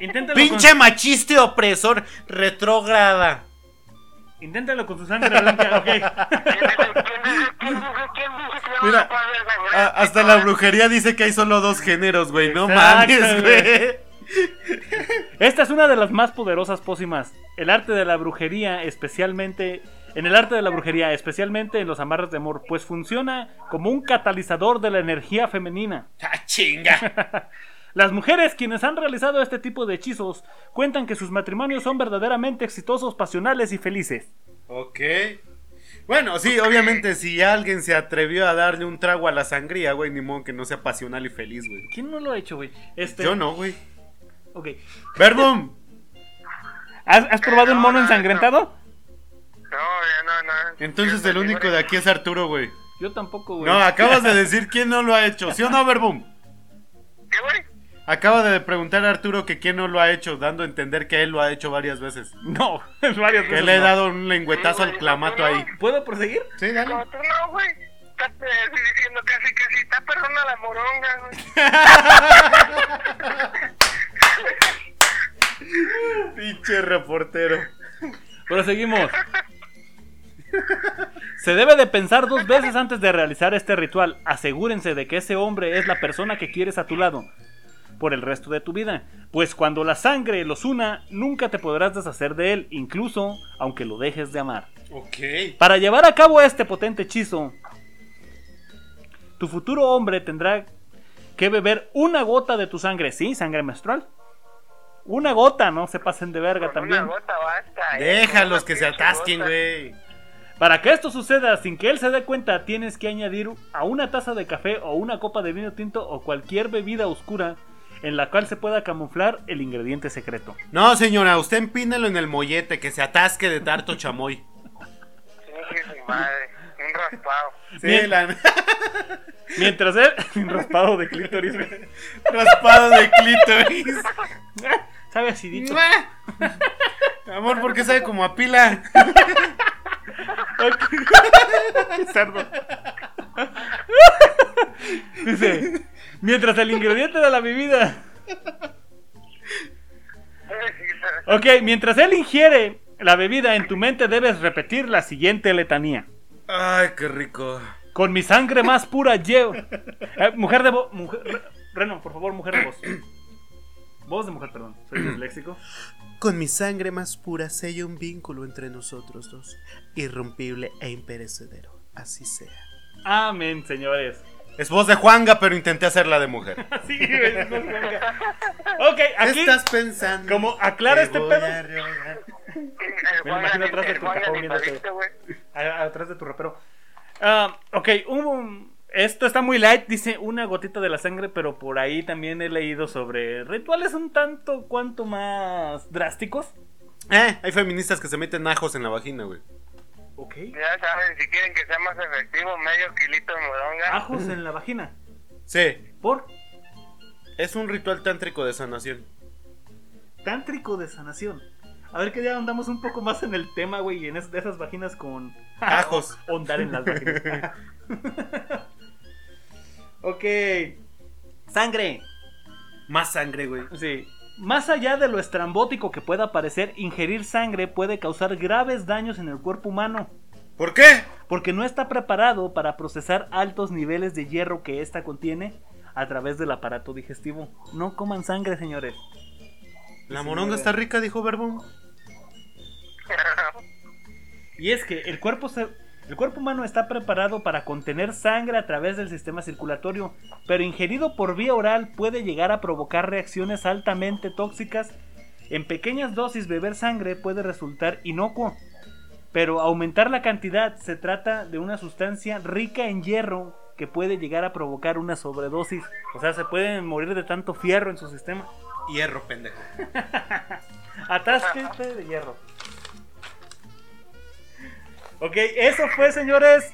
inténtalo,
Pinche machiste opresor, retrógrada.
con, inténtalo con su sangre blanca, [laughs] ok.
¿Quién dice, quién dice, quién dice, quién dice que no
Mira,
se puede ver sangrar?
Ah, hasta la brujería dice que hay solo dos géneros, güey. No
Exacto,
mames,
güey.
güey.
Esta es una de las más poderosas pócimas. El arte de la brujería, especialmente. En el arte de la brujería, especialmente en los amarres de amor, pues funciona como un catalizador de la energía femenina.
[laughs] Ah, chinga.
Las mujeres quienes han realizado este tipo de hechizos cuentan que sus matrimonios son verdaderamente exitosos, pasionales y felices.
Ok. Bueno, sí, obviamente, si alguien se atrevió a darle un trago a la sangría, güey, ni modo que no sea pasional y feliz, güey.
¿Quién no lo ha hecho, güey? Este,
Yo no, güey.
ok.
Verbum.
¿Has, has probado un mono ensangrentado?
ya no, no.
Entonces
Yo
el
estoy
único
libre.
de aquí es Arturo, güey.
Yo tampoco, güey.
No, acabas de decir quién no lo ha hecho, ¿sí o no, Verboom?
¿Qué, güey?
Acaba de preguntar a Arturo que quién no lo ha hecho, dando a entender que él lo ha hecho varias veces.
[laughs] No, varias
Que
veces
le he
no.
dado un lengüetazo
Sí,
al
güey,
clamato
Arturo.
ahí.
¿Puedo proseguir?
Sí, dale.
Como tú no, güey. Estás eh, diciendo casi que sí, está perrona la moronga, güey.
Pinche reportero.
Proseguimos. Se debe de pensar dos veces antes de realizar este ritual. Asegúrense de que ese hombre es la persona que quieres a tu lado por el resto de tu vida. Pues cuando la sangre los una, nunca te podrás deshacer de él, incluso aunque lo dejes de amar.
Ok.
Para llevar a cabo este potente hechizo, tu futuro hombre tendrá que beber una gota de tu sangre, sí, sangre menstrual. Una gota, no se pasen de verga
Con
también.
Una gota basta, eh,
Déjalos
con una
que se
pinche
atasquen,
gota.
güey.
Para que esto suceda sin que él se dé cuenta, tienes que añadir a una taza de café o una copa de vino tinto o cualquier bebida oscura en la cual se pueda camuflar el ingrediente secreto.
No, señora, usted empínelo en el mollete, que se atasque de tarto chamoy.
Sí, sí, madre. Un raspado.
Sí,
Bien.
la
Mientras él, [laughs] sin raspado de clítoris, [laughs] güey.
raspada de clítoris.
sabe acidito.
Amor, ¿por qué sabe como a [laughs] pila?
Cerdo. Dice, mientras el ingrediente de la bebida Ok, mientras él ingiere la bebida, en tu mente debes repetir la siguiente letanía.
Ay, qué rico.
Con mi sangre más pura llevo. Eh, mujer de voz. Mujer... Re- Reno, por favor, mujer de voz. Voz de mujer, perdón. Soy disléxico.
Con mi sangre más pura sella un vínculo entre nosotros dos, irrompible e imperecedero. Así sea.
Amén, señores. [laughs]
Es voz de Juanga, pero intenté hacerla de mujer.
Así, güey, no es bronca. Ok, aquí.
Estás pensando.
Como aclara
que
este
voy
pedo.
a rehogar?
Me imagino atrás de tu cajón viéndote. a- atrás de tu ropero. Ah, ok, un- esto está muy light, dice una gotita de la sangre, pero por ahí también he leído sobre rituales un tanto cuanto más drásticos.
Eh, hay feministas que se meten ajos en la vagina, güey.
Ok.
Ya saben, si quieren que sea más efectivo, medio kilito de moronga.
Ajos en la vagina.
Sí,
Por
es un ritual tántrico de sanación.
tántrico de sanación. A ver que ya andamos un poco más en el tema, güey, y en es- de esas vaginas con
Ajos.
Ondar en las vaginas. ok. Sangre.
Más sangre, güey.
Sí. Más allá de lo estrambótico que pueda parecer, ingerir sangre puede causar graves daños en el cuerpo humano,
¿Por qué?
porque no está preparado para procesar altos niveles de hierro que ésta contiene a través del aparato digestivo. No coman sangre, señores.
La
Sí,
moronga
señora.
está rica, dijo Verbum.
Y es que el cuerpo se- El cuerpo humano está preparado para contener sangre a través del sistema circulatorio, pero ingerido por vía oral puede llegar a provocar reacciones altamente tóxicas. En pequeñas dosis beber sangre puede resultar inocuo, pero aumentar la cantidad se trata de una sustancia rica en hierro que puede llegar a provocar una sobredosis. O sea, se pueden morir de tanto fierro en su sistema.
Hierro, pendejo.
Atásquete de hierro. Ok, eso fue, señores.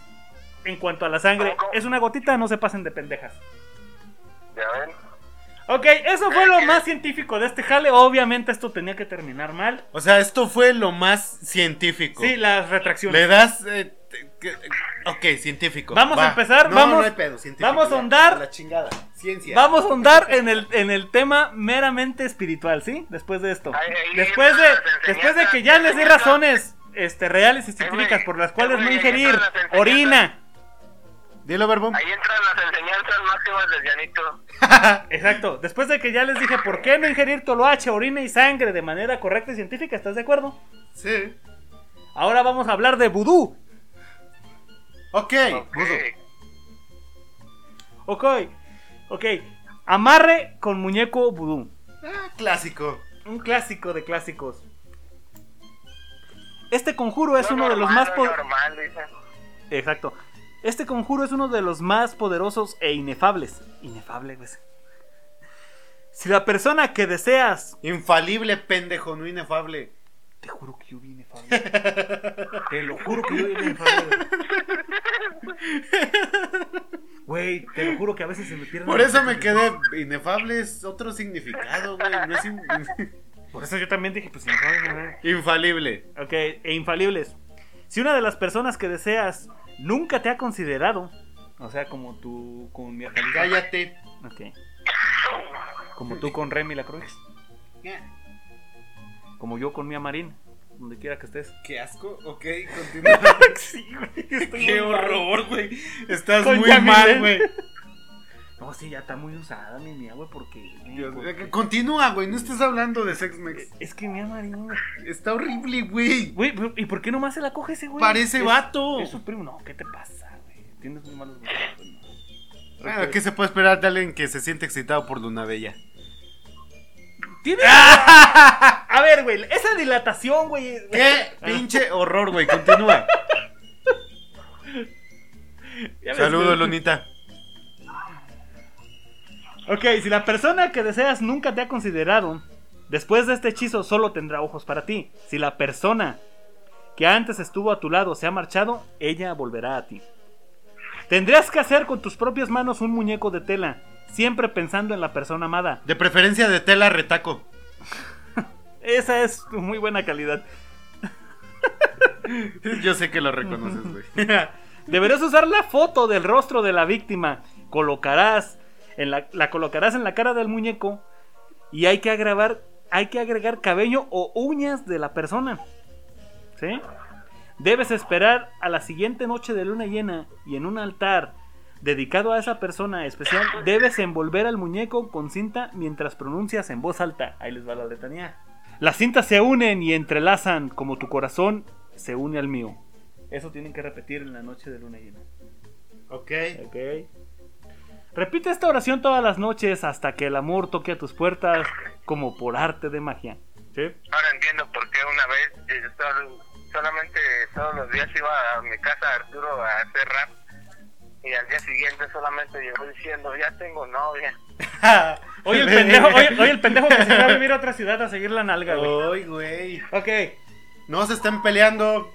En cuanto a la sangre, es una gotita, no se pasen de pendejas.
Ya ven.
Ok, eso fue lo más científico de este jale. Obviamente esto tenía que terminar mal.
O sea, esto fue lo más científico.
Sí, las retracciones.
Le das. eh, te- que- ok, científico.
Vamos a empezar,
No,
vamos-
no hay pedo, científico,
vamos a
ya,
ahondar.
a La chingada. Ciencia.
Vamos a ahondar en el, en el tema meramente espiritual, ¿sí? Después de esto.
Ay, ay,
Después de,
las enseñanzas,
después de que ya les di
enseñanzas.
razones este, reales y científicas
güey,
por las
eh,
cuales no
güey, ahí
ingerir
están las enseñanzas.
orina.
Dilo, Verbum.
Ahí entran las enseñanzas máximas del llanito.
Exacto. Después de que ya les dije por qué no ingerir toloache, orina y sangre de manera correcta y científica, ¿estás de acuerdo?
Sí.
Ahora vamos a hablar de vudú.
Ok.
Ok.
rudo.
Ok. Ok. Amarre con muñeco vudú.
Ah, clásico.
Un clásico de clásicos. Este conjuro es
Lo
uno de los
normal,
más
lo
po-
normal, dicen.
Exacto. Este conjuro es uno de los más poderosos e inefables. Inefable, pues. Si la persona que deseas
Infalible, pendejo, no inefable.
Te juro que yo vine, Fabio. Te lo juro que yo vine, Fabio. Güey, te lo juro que a veces se me pierden.
Por
las
eso me
cosas.
quedé inefable, es otro significado, güey. No es in- [laughs]
Por eso yo también dije, pues infalible, güey.
infalible.
Ok, e infalibles. Si una de las personas que deseas nunca te ha considerado, o sea, como tú con mi Angélica.
Cállate.
Ok. Como tú con Remy Lacroix. Como yo con Mia Marín. Donde quiera que estés.
Qué asco. Ok,
[laughs]
continúa.
sí,
Qué horror, güey. Estás
Con
muy
Yamile.
mal, güey.
No, sí, ya está muy usada mi Mia, güey, porque.
Dios,
porque-
eh, Continúa, güey. No estés hablando de Sex Mex.
Es que Mia Marín, güey.
Está horrible, güey.
Güey, pero- ¿y por qué nomás se la coge ese güey?
Parece
Pues, Es-
vato.
Es su primo. No, ¿qué te pasa, güey? Tienes muy malos gustos. ¿no?
Bueno, Ah, ¿qué se puede esperar de alguien que se siente excitado por Luna Bella? [laughs]
¿Tienes? A ver, güey, esa dilatación, güey.
Ah. Qué pinche horror, güey. Continúa.
[laughs] Ya ves,
Saludos,
güey.
Lunita.
Ok, si la persona que deseas nunca te ha considerado, después de este hechizo solo tendrá ojos para ti. Si la persona que antes estuvo a tu lado se ha marchado, ella volverá a ti. Tendrías que hacer con tus propias manos un muñeco de tela, siempre pensando en la persona amada.
De preferencia de tela retaco.
Esa es tu muy buena calidad.
Yo sé que lo
[laughs]
reconoces, güey.
Deberás usar la foto del rostro de la víctima. Colocarás en la, la colocarás en la cara del muñeco y hay que agravar, hay que agregar cabello o uñas de la persona. ¿Sí? Debes esperar a la siguiente noche de luna llena y en un altar dedicado a esa persona especial debes envolver al muñeco con cinta mientras pronuncias en voz alta. Ahí les va la letanía. Las cintas se unen y entrelazan como tu corazón se une al mío. Eso tienen que repetir en la noche de luna llena.
[laughs] Ok.
Ok. Repite esta oración todas las noches hasta que el amor toque a tus puertas como por arte de magia. ¿Sí?
Ahora entiendo por qué una vez eh, sol- solamente todos los días iba a mi casa Arturo a hacer rap y al día siguiente solamente llegó diciendo ya tengo novia.
Oye, [laughs] el pendejo, oye,
[laughs]
oye, el pendejo que se fue a vivir a otra ciudad a seguir la nalga, güey.
Ay, güey.
Ok.
No se están peleando.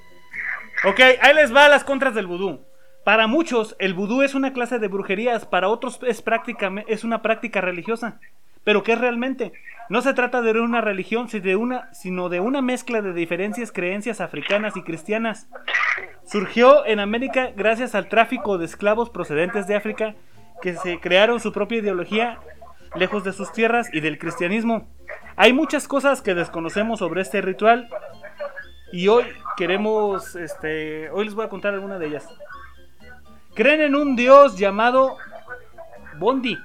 Ok, ahí les va las contras del vudú. Para muchos, el vudú es una clase de brujerías, para otros es, práctica, es una práctica religiosa. Pero ¿qué es realmente? No se trata de una religión, si de una- sino de una mezcla de diferentes creencias africanas y cristianas. Surgió en América gracias al tráfico de esclavos procedentes de África que se crearon su propia ideología lejos de sus tierras y del cristianismo. Hay muchas cosas que desconocemos sobre este ritual y hoy queremos, este, hoy les voy a contar alguna de ellas. Creen en un dios llamado Bondi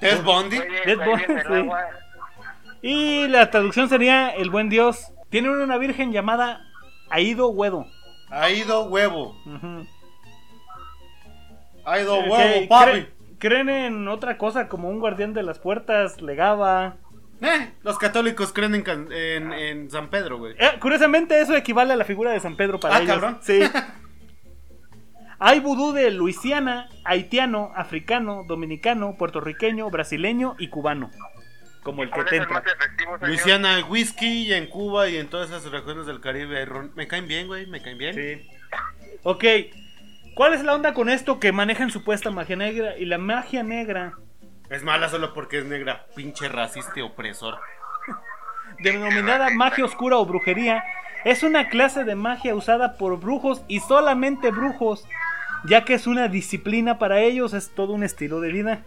¿Es Bondi?
Oye,
Dead
ahí viene
Boy,
el agua.
y la traducción sería el buen dios. Tienen una virgen llamada Aido Huedo.
Ha ido huevo.
Ujú.
Ha ido
Ok,
huevo,
cre-
papi.
Creen en otra cosa como un guardián de las puertas, legaba.
Eh, los católicos creen en, can- en- en San Pedro, güey.
Ah. Eh, curiosamente, eso equivale a la figura de San Pedro para
Ah,
ellos.
cabrón. [laughs]
Sí. Hay vudú de Luisiana, haitiano, africano, dominicano, puertorriqueño, brasileño y cubano. Como el que
¿Cuál
te
es el
entra.
más efectivo, señor?
Luisiana, el whisky y en Cuba y en todas esas regiones del Caribe. hay ron- Me caen bien, güey, me caen bien.
Sí. Ok. ¿Cuál es la onda con esto que manejan supuesta magia negra? Y la magia negra
Es mala solo porque es negra. Pinche racista y opresor.
denominada magia oscura o brujería, es una clase de magia usada por brujos y solamente brujos, ya que es una disciplina para ellos, es todo un estilo de vida,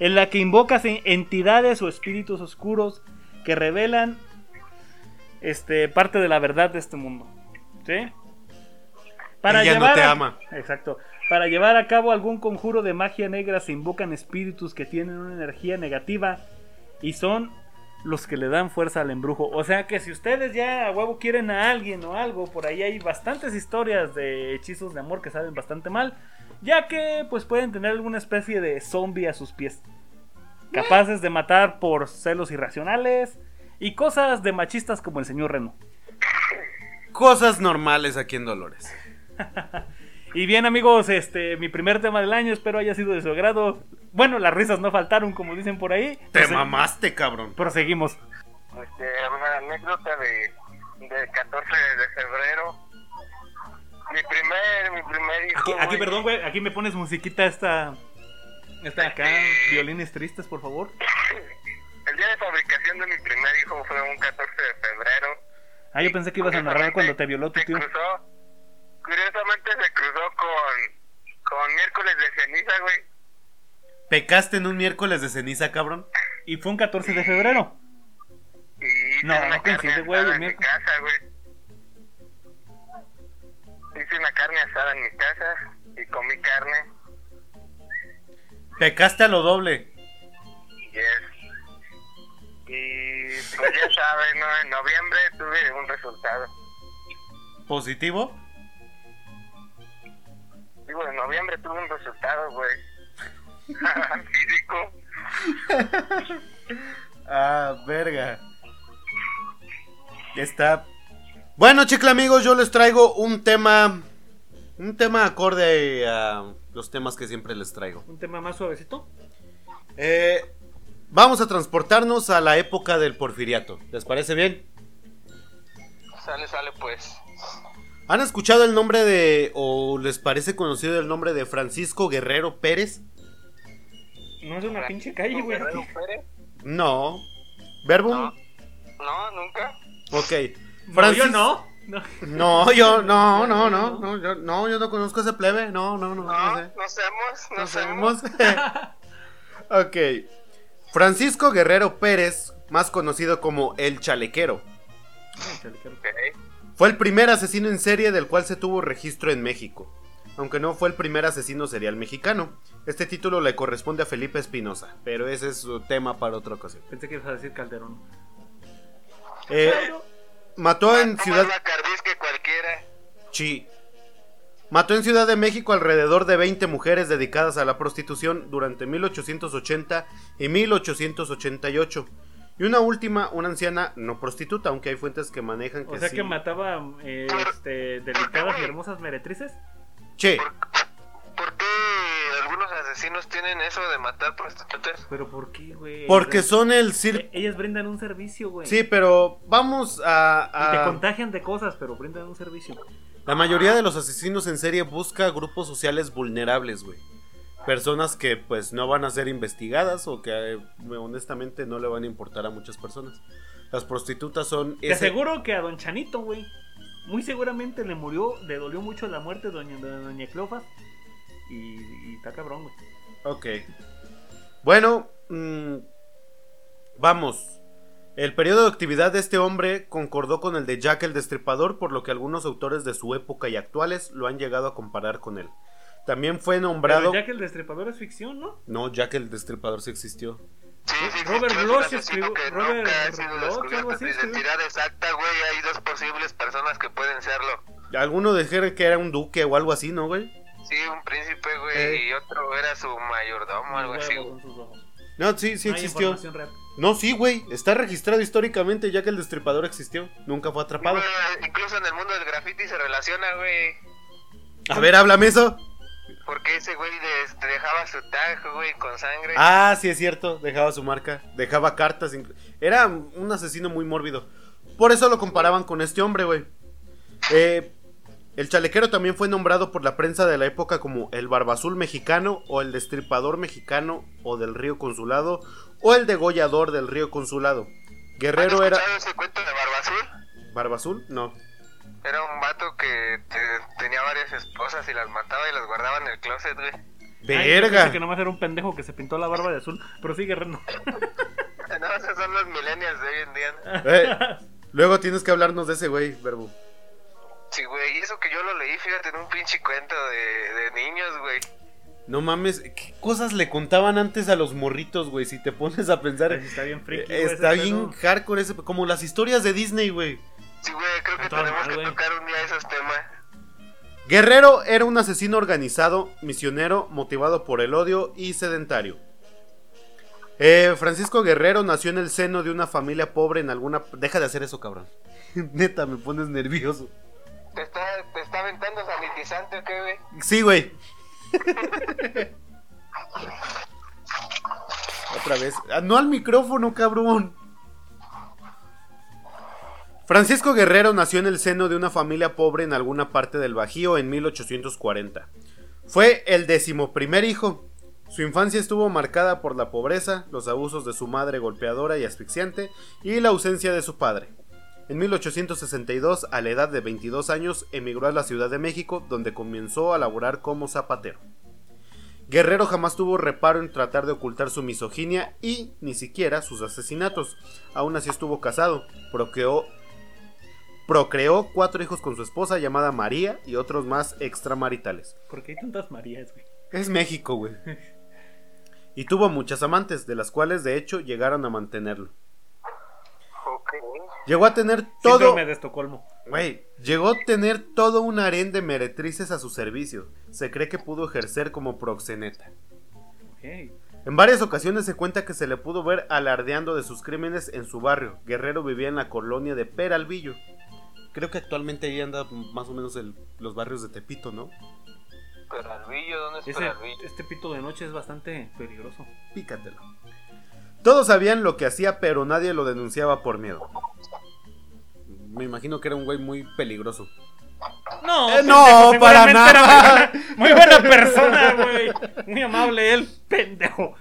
en la que invocas en- entidades o espíritus oscuros que revelan este, parte de la verdad de este mundo. ¿Sí?
Ella no te
a-
ama.
Exacto. Para llevar a cabo algún conjuro de magia negra se invocan espíritus que tienen una energía negativa y son los que le dan fuerza al embrujo. O sea que si ustedes ya a huevo quieren a alguien o algo, por ahí hay bastantes historias de hechizos de amor que salen bastante mal, ya que pues pueden tener alguna especie de zombie a sus pies, capaces de matar por celos irracionales y cosas de machistas como el señor Reno.
Cosas normales aquí en Dolores.
Y bien amigos, este mi primer tema del año, espero haya sido de su agrado. Bueno, las risas no faltaron, como dicen por ahí.
Te
Prose-
mamaste, cabrón.
Proseguimos.
este, una anécdota de, de 14 de febrero. Mi primer, mi primer hijo.
Aquí, aquí,
güey.
perdón, güey, aquí me pones musiquita esta. Esta acá, violines tristes, por favor.
[laughs] El día de fabricación de mi primer hijo fue un 14 de febrero.
Ah, yo pensé que ibas a narrar cuando te violó tu
Se
tío.
cruzó, curiosamente se cruzó con, con miércoles de ceniza, güey.
¿Pecaste en un miércoles de ceniza, cabrón?
Y fue un 14 de febrero.
Y hice
No,
una
no coincide,
carne
güey,
asada
el
en mi
miércoles.
casa, güey. Hice una carne asada en mi casa y comí carne.
Pecaste a lo doble.
Yes. Y pues ya saben, ¿no? En noviembre tuve un resultado.
¿Positivo?
Digo, en noviembre tuve un resultado, güey. [laughs] Físico.
Ah, verga. Ya está. Bueno, chicle amigos, yo les traigo un tema. Un tema acorde a los temas que siempre les traigo.
Un tema más suavecito.
Eh, vamos a transportarnos a la época del porfiriato. ¿Les parece bien?
Sale, sale pues.
¿Han escuchado el nombre de. o les parece conocido el nombre de Francisco Guerrero Pérez?
No es una pinche calle, güey.
Guerrero Pérez.
No. ¿Verbum?
No. No, nunca.
Ok.
No,
Francis-
yo no. No.
No, yo, no, no, no, no, yo no, yo no conozco a ese plebe, no, no, no, no
No,
sé.
no sabemos, no,
No
sabemos.
sabemos. [laughs] ok. Francisco Guerrero Pérez, más conocido como El Chalequero, fue el primer asesino en serie del cual se tuvo registro en México. Aunque no fue el primer asesino serial mexicano. Este título le corresponde a Felipe Espinosa, pero ese es su tema para otra ocasión.
Pensé que ibas a decir Calderón.
Eh, mató en
Toma
Ciudad...
la cardiz que cualquiera.
Sí. Mató en Ciudad de México alrededor de 20 mujeres dedicadas a la prostitución durante 1880 y 1888. Y una última, una anciana no prostituta, aunque hay fuentes que manejan que
O sea
sí.
que mataba eh, este, delicadas y hermosas meretrices.
Sí,
¿Por qué algunos asesinos tienen eso de matar prostitutas?
Pero ¿por qué, güey?
porque
son
son el circo.
Ellas brindan un servicio, güey.
Sí, ah. pero vamos
Y te
a... a...
contagian de cosas, pero brindan un servicio.
La mayoría de los asesinos en serie busca grupos sociales vulnerables, güey. Personas que pues no van a ser investigadas o que eh, honestamente no le van a importar a muchas personas. Las prostitutas son...
Te
ese-
aseguro que a Don Chanito, güey. Muy seguramente le murió, le dolió mucho la muerte de Doña, de Doña Cleofas. Y, y está cabrón, güey.
Ok. Bueno, mm, vamos. El periodo de actividad de este hombre concordó con el de Jack el Destripador, por lo que algunos autores de su época y actuales lo han llegado a comparar con él. También fue nombrado...
Pero ya que el destripador es ficción, ¿no?
No, Jack el Destripador sí existió.
Sí, sí,
Robert
sí,
Bloch
es un asesino
escribió-
que
Robert
nunca ha sido
Bloch, algo
descubierto
así
su
escribió.
identidad exacta, güey. Hay dos posibles personas que pueden serlo.
Algunos dijeron que era un duque o algo así, ¿no, güey?
Sí, un príncipe, güey,
Ey.
y otro era su mayordomo, algo
Huevo
así. güey.
con sus ojos.
No, sí, sí
No hay
existió.
información real.
No, sí, güey. Está registrado históricamente Jack el Destripador existió. Nunca fue atrapado.
Güey, Incluso en el mundo del graffiti se relaciona, güey.
A ver, háblame eso.
Porque ese güey des- dejaba su tag, güey, con sangre.
Ah, sí, es cierto. Dejaba su marca. Dejaba cartas. inclu- Era un asesino muy mórbido. Por eso lo comparaban con este hombre, güey. Eh, el chalequero también fue nombrado por la prensa de la época como el barbazul mexicano o el destripador mexicano o del río consulado o el degollador del río consulado. Guerrero
¿Han
era...
escuchado ese cuento de Barbazul?
¿Barbazul? No.
Era un vato que te- tenía varias esposas y las mataba y las guardaba en el closet, güey. [laughs]
Ay, yo pensé
Verga.
que nomás era un pendejo que se pintó la barba de azul, pero sigue [laughs] reno.
No, esos son los millennials de hoy en día.
[laughs]
[laughs]
¿no?
Eh, luego tienes que hablarnos de ese güey, verbo.
Sí, güey, y eso que yo lo leí, fíjate, en un pinche cuento de, de niños, güey.
No mames, ¿qué cosas le contaban antes a los morritos, güey? Si te pones a pensar...
Está bien friki. güey, ese
Eh, Está
pedo.
bien hardcore ese, como las historias de Disney, güey.
Sí, güey, creo que
Está
tenemos
mal,
que
güey.
tocar un día esos temas.
Guerrero era un asesino organizado, misionero, motivado por el odio y sedentario. Eh, Francisco Guerrero nació en el seno de una familia pobre en alguna... Deja de hacer eso, cabrón. [laughs] Neta, me pones nervioso.
¿Te está, te está aventando sanitizante o qué, güey?
Sí, güey. Otra vez. Ah, no al micrófono, cabrón. Francisco Guerrero nació en el seno de una familia pobre en alguna parte del Bajío en 1840. Fue el decimoprimer hijo. Su infancia estuvo marcada por la pobreza, los abusos de su madre golpeadora y asfixiante y la ausencia de su padre. En 1862, a la edad de 22 años, emigró a la Ciudad de México, donde comenzó a laborar como zapatero. Guerrero jamás tuvo reparo en tratar de ocultar su misoginia y ni siquiera sus asesinatos. Aún así estuvo casado, procreó, procreó cuatro hijos con su esposa llamada María y otros más extramaritales.
¿Por qué hay tantas Marías, güey?
Es México, güey. Y tuvo muchas amantes, de las cuales de hecho llegaron a mantenerlo.
Ok.
Llegó a tener todo...
Síndrome de Estocolmo.
Güey, llegó a tener todo un harén de meretrices a su servicio. Se cree que pudo ejercer como proxeneta.
Ok.
En varias ocasiones se cuenta que se le pudo ver alardeando de sus crímenes en su barrio. Guerrero vivía en la colonia de Peralvillo. Creo que actualmente ahí anda más o menos el- los barrios de Tepito, ¿no?
Peralvillo, ¿dónde es
Ese-
Peralvillo?
este pito de noche es bastante peligroso.
Pícatelo. Todos sabían lo que hacía, pero nadie lo denunciaba por miedo. Me imagino que era un güey muy peligroso.
No,
Eh, no,
pendejo,
para
seguramente era
nada.
Muy buena, muy buena [laughs] persona, güey. Muy amable él, pendejo.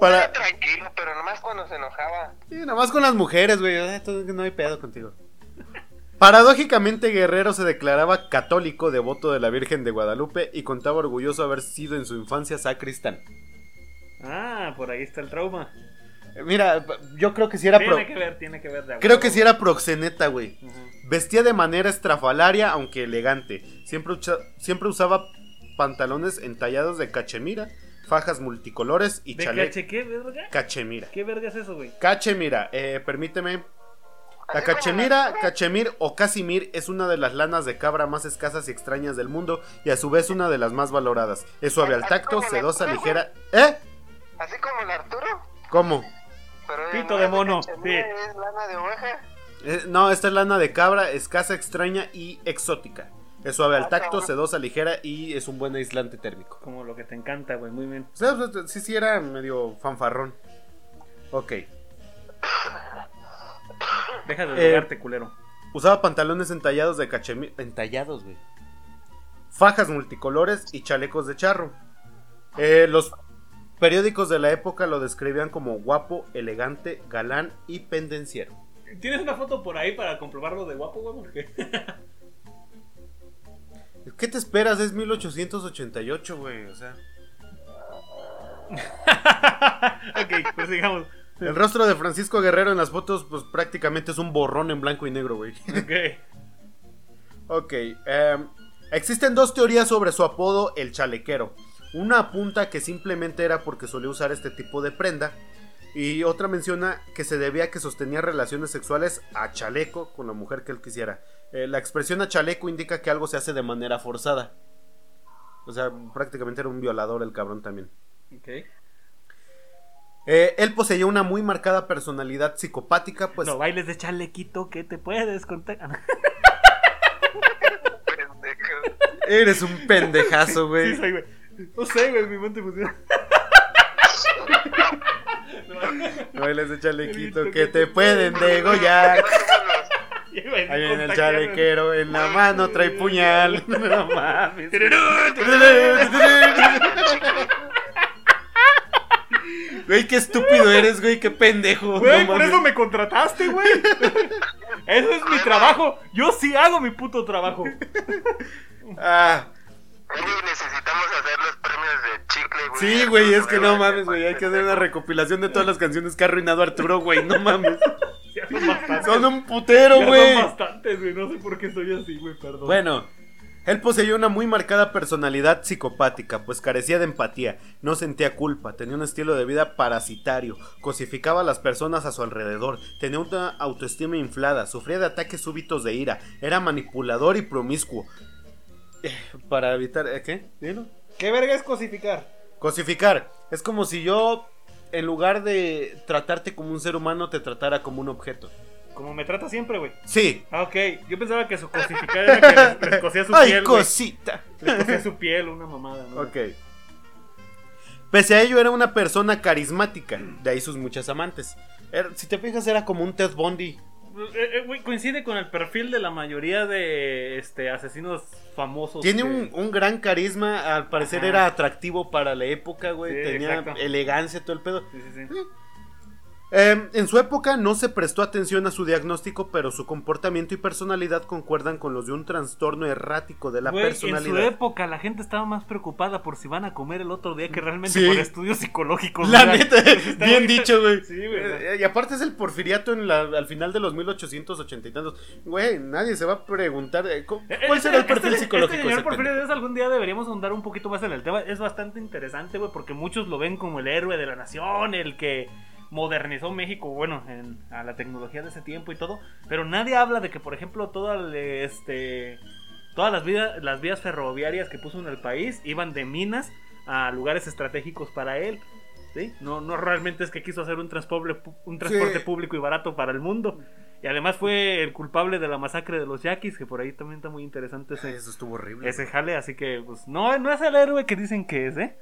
Para-
Era tranquilo, pero nomás cuando se enojaba.
Y nada más con las mujeres, güey. eh, tú No hay pedo contigo. Paradójicamente, Guerrero se declaraba católico, devoto de la Virgen de Guadalupe y contaba orgulloso haber sido en su infancia sacristán.
Ah, por ahí está el trauma.
Eh, Mira, yo creo que si era pro-
Tiene que ver, tiene que ver. de
creo
acuerdo.
que si era proxeneta, güey.
Ujú.
Vestía de manera estrafalaria, aunque elegante. Siempre, ucha- siempre usaba pantalones entallados de cachemira, fajas multicolores y
¿De
chaleco.
cache qué, verga?
Cachemira.
¿Qué verga es eso, güey?
Cachemira, eh, permíteme. La
Así como
cachemira, cachemir o casimir es una de las lanas de cabra más escasas y extrañas del mundo y a su vez una de las más valoradas. Es suave al tacto, sedosa, ligera. ¿Eh?
Así como el Arturo.
¿Cómo?
Pero
Pito
no
de
es
mono,
cachemira,
sí.
Es lana de oveja.
Eh, no, esta es lana de cabra, escasa, extraña y exótica. Es suave al tacto, sedosa, ligera y es un buen aislante térmico.
Como lo que te encanta, güey. Muy bien.
O sea, pues, sí, sí era medio fanfarrón. Ok.
Deja de
Eh,
drogarte, culero.
Usaba pantalones entallados de cachemira. Entallados, güey. Fajas multicolores y chalecos de charro. Eh, los periódicos de la época lo describían como guapo, elegante, galán y pendenciero.
¿Tienes una foto por ahí para comprobarlo de guapo, güey? Porque- [laughs]
¿Qué te esperas? Es 1888, güey. O sea.
ok, pues sigamos.
El rostro de Francisco Guerrero en las fotos, pues prácticamente es un borrón en blanco y negro, güey.
Ok.
Ok, em, existen dos teorías sobre su apodo el chalequero. Una apunta que simplemente era porque solía usar este tipo de prenda y otra menciona que se debía a que sostenía relaciones sexuales a chaleco con la mujer que él quisiera. Eh, la expresión a chaleco indica que algo se hace de manera forzada. O sea, prácticamente era un violador el cabrón también.
Ok.
Eh, él poseía una muy marcada personalidad psicopática, pues...
no bailes de chalequito que te puedes contar. Ah, no.
[laughs] Pendejo.
Eres un [laughs] pendejazo,
Sí, soy, güey. No sé, güey, mi mente
[laughs]
funciona.
No eres de chalequito
Chalequito
que
que
te
te
pueden degollar. Ahí viene el chalequero, en la mano trae puñal.
[laughs]
[laughs]
No mames.
[laughs] Güey, qué estúpido eres, güey, qué pendejo.
Güey,
no
por
mames.
eso me contrataste, güey. [laughs] Eso es mi trabajo. Yo sí hago mi puto
[laughs]
trabajo.
Ah,
Oye, necesitamos hacer los premios de chicle, güey.
sí, güey, es que no mames, güey. Hay que hacer una recopilación de todas las canciones que ha arruinado Arturo, güey. No mames.
Ya son bastantes.
Son un putero,
Ya
güey.
son bastantes, güey. No sé por qué soy así, güey, perdón.
Bueno, él poseía una muy marcada personalidad psicopática, pues carecía de empatía, no sentía culpa, tenía un estilo de vida parasitario, cosificaba a las personas a su alrededor, tenía una autoestima inflada, sufría de ataques súbitos de ira, era manipulador y promiscuo. Eh, Para evitar... eh, ¿Qué? Dilo.
¿Qué verga es cosificar?
Cosificar. Es como si yo, en lugar de tratarte como un ser humano, te tratara como un objeto.
Como me trata siempre, güey.
Sí.
Ah, ok. Yo pensaba que su cosificar era que le cosía su
Ay,
piel. güey.
cosita.
Le cosía su piel, una mamada, ¿no?
Ok. Pese a ello, era una Er, persona carismática. De ahí sus muchas amantes. Era- si te fijas, era como un Ted Bundy.
eh, eh, güey, coincide con el perfil de la mayoría de este, asesinos famosos.
Tiene
que-
un, un gran carisma, al parecer
Ajá.
era atractivo para la época, güey.
Sí,
Tenía
exacto.
elegancia, todo el pedo.
Sí, sí, sí.
Eh, en su época no se prestó atención a su diagnóstico, pero su comportamiento y personalidad concuerdan con los de un trastorno errático de la
Güey, En su
personalidad.
época la gente estaba más preocupada por si van a comer el otro día que realmente
Sí.
por estudios psicológicos.
La [laughs]
güey.
neta,
Está
bien dicho, güey.
Sí, güey.
Eh, y aparte es el porfiriato en la- al final de los 1880 y tantos. Güey, nadie se va a preguntar eh, ¿cu-
[laughs] Eh,
cuál
este-
será el
este-
perfil
este
psicológico. de
señor
ese
Porfirio
pendejo?
Díaz, algún día deberíamos ahondar un poquito más en el tema. Es bastante interesante, güey, porque muchos lo ven como el héroe de la nación, el que modernizó México, bueno, en- a la tecnología de ese tiempo y todo. Pero nadie habla de que, por ejemplo, toda el, este, todas las, vidas, las vías ferroviarias que puso en el país iban de minas a lugares estratégicos para él. ¿sí? No, no realmente es que quiso hacer un transporte, pu- un transporte
Sí.
público y barato para el mundo. Y además fue el culpable de la masacre de los yaquis, que por ahí también está muy interesante ese,
Eso estuvo horrible.
ese jale, así que pues no, no es el héroe que dicen que es, ¿eh?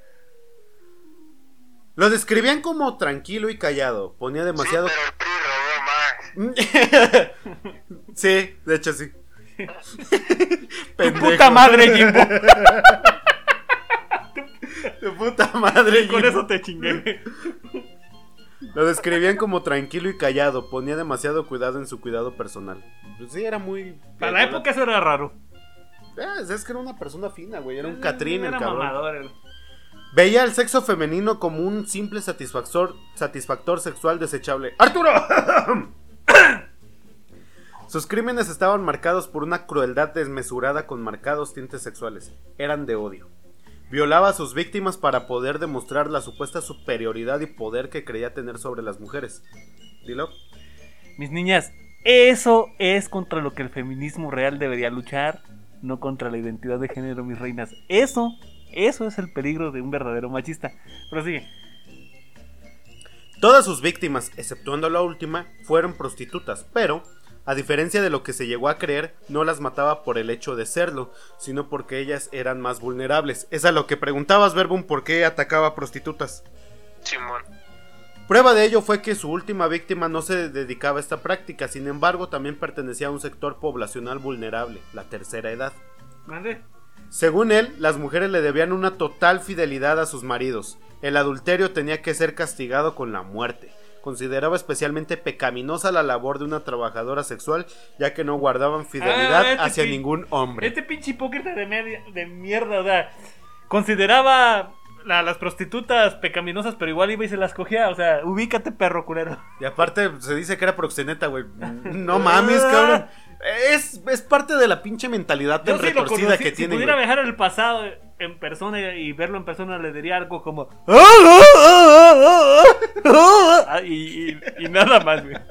Lo describían como tranquilo y callado. Ponía demasiado.
Sí, pero el PRI robó más.
[laughs] sí, de hecho sí.
[laughs] ¡Tu
Pendejo.
puta
[laughs]
madre, Jimbo!
Tu puta madre.
Con
Jimbo.
eso te chingué.
Lo describían como tranquilo y callado. Ponía demasiado cuidado en su cuidado personal. Pues sí, era muy.
Para la época eso era raro.
Ah, es que era una persona fina, güey. Era un Catrín el
Eh, Era
cabrón.
mamador, el-
Veía el sexo femenino como un simple satisfactor, satisfactor sexual desechable. ¡Arturo! [coughs] Sus crímenes estaban marcados por una crueldad desmesurada con marcados tintes sexuales. Eran de odio. Violaba a sus víctimas para poder demostrar la supuesta superioridad y poder que creía tener sobre las mujeres. Dilo.
Mis niñas, eso es contra lo que el feminismo real debería luchar, no contra la identidad de género, mis reinas. Eso, eso es el peligro de un verdadero machista. Pero sigue.
Todas sus víctimas, exceptuando la última, fueron prostitutas, pero, a diferencia de lo que se llegó a creer, no las mataba por el hecho de serlo, sino porque ellas eran más vulnerables. Es a lo que preguntabas, Verbum, por qué atacaba prostitutas.
Simón.
Prueba de ello fue que su última víctima no se dedicaba a esta práctica, sin embargo, también pertenecía a un sector poblacional vulnerable, la tercera edad. Según él, las mujeres le debían una total fidelidad a sus maridos. El adulterio tenía que ser castigado con la muerte. Consideraba especialmente pecaminosa la labor de una trabajadora sexual, ya que no guardaban fidelidad
Ah, este
hacia
sí.
ningún hombre.
Este pinche hipócrita de, media- de mierda, o sea, consideraba a las prostitutas pecaminosas, pero igual iba y se las cogía. O sea, ubícate, perro culero.
Y aparte se dice que era proxeneta, güey.
Ah.
No mames, cabrón. Es, es parte de la pinche mentalidad
Yo
tan
sí lo
retorcida
conocí.
que
si
tiene.
pudiera
güey.
viajar al pasado en persona y verlo en persona, le diría algo como. Ah, y, y- y nada más, güey. [laughs] ah.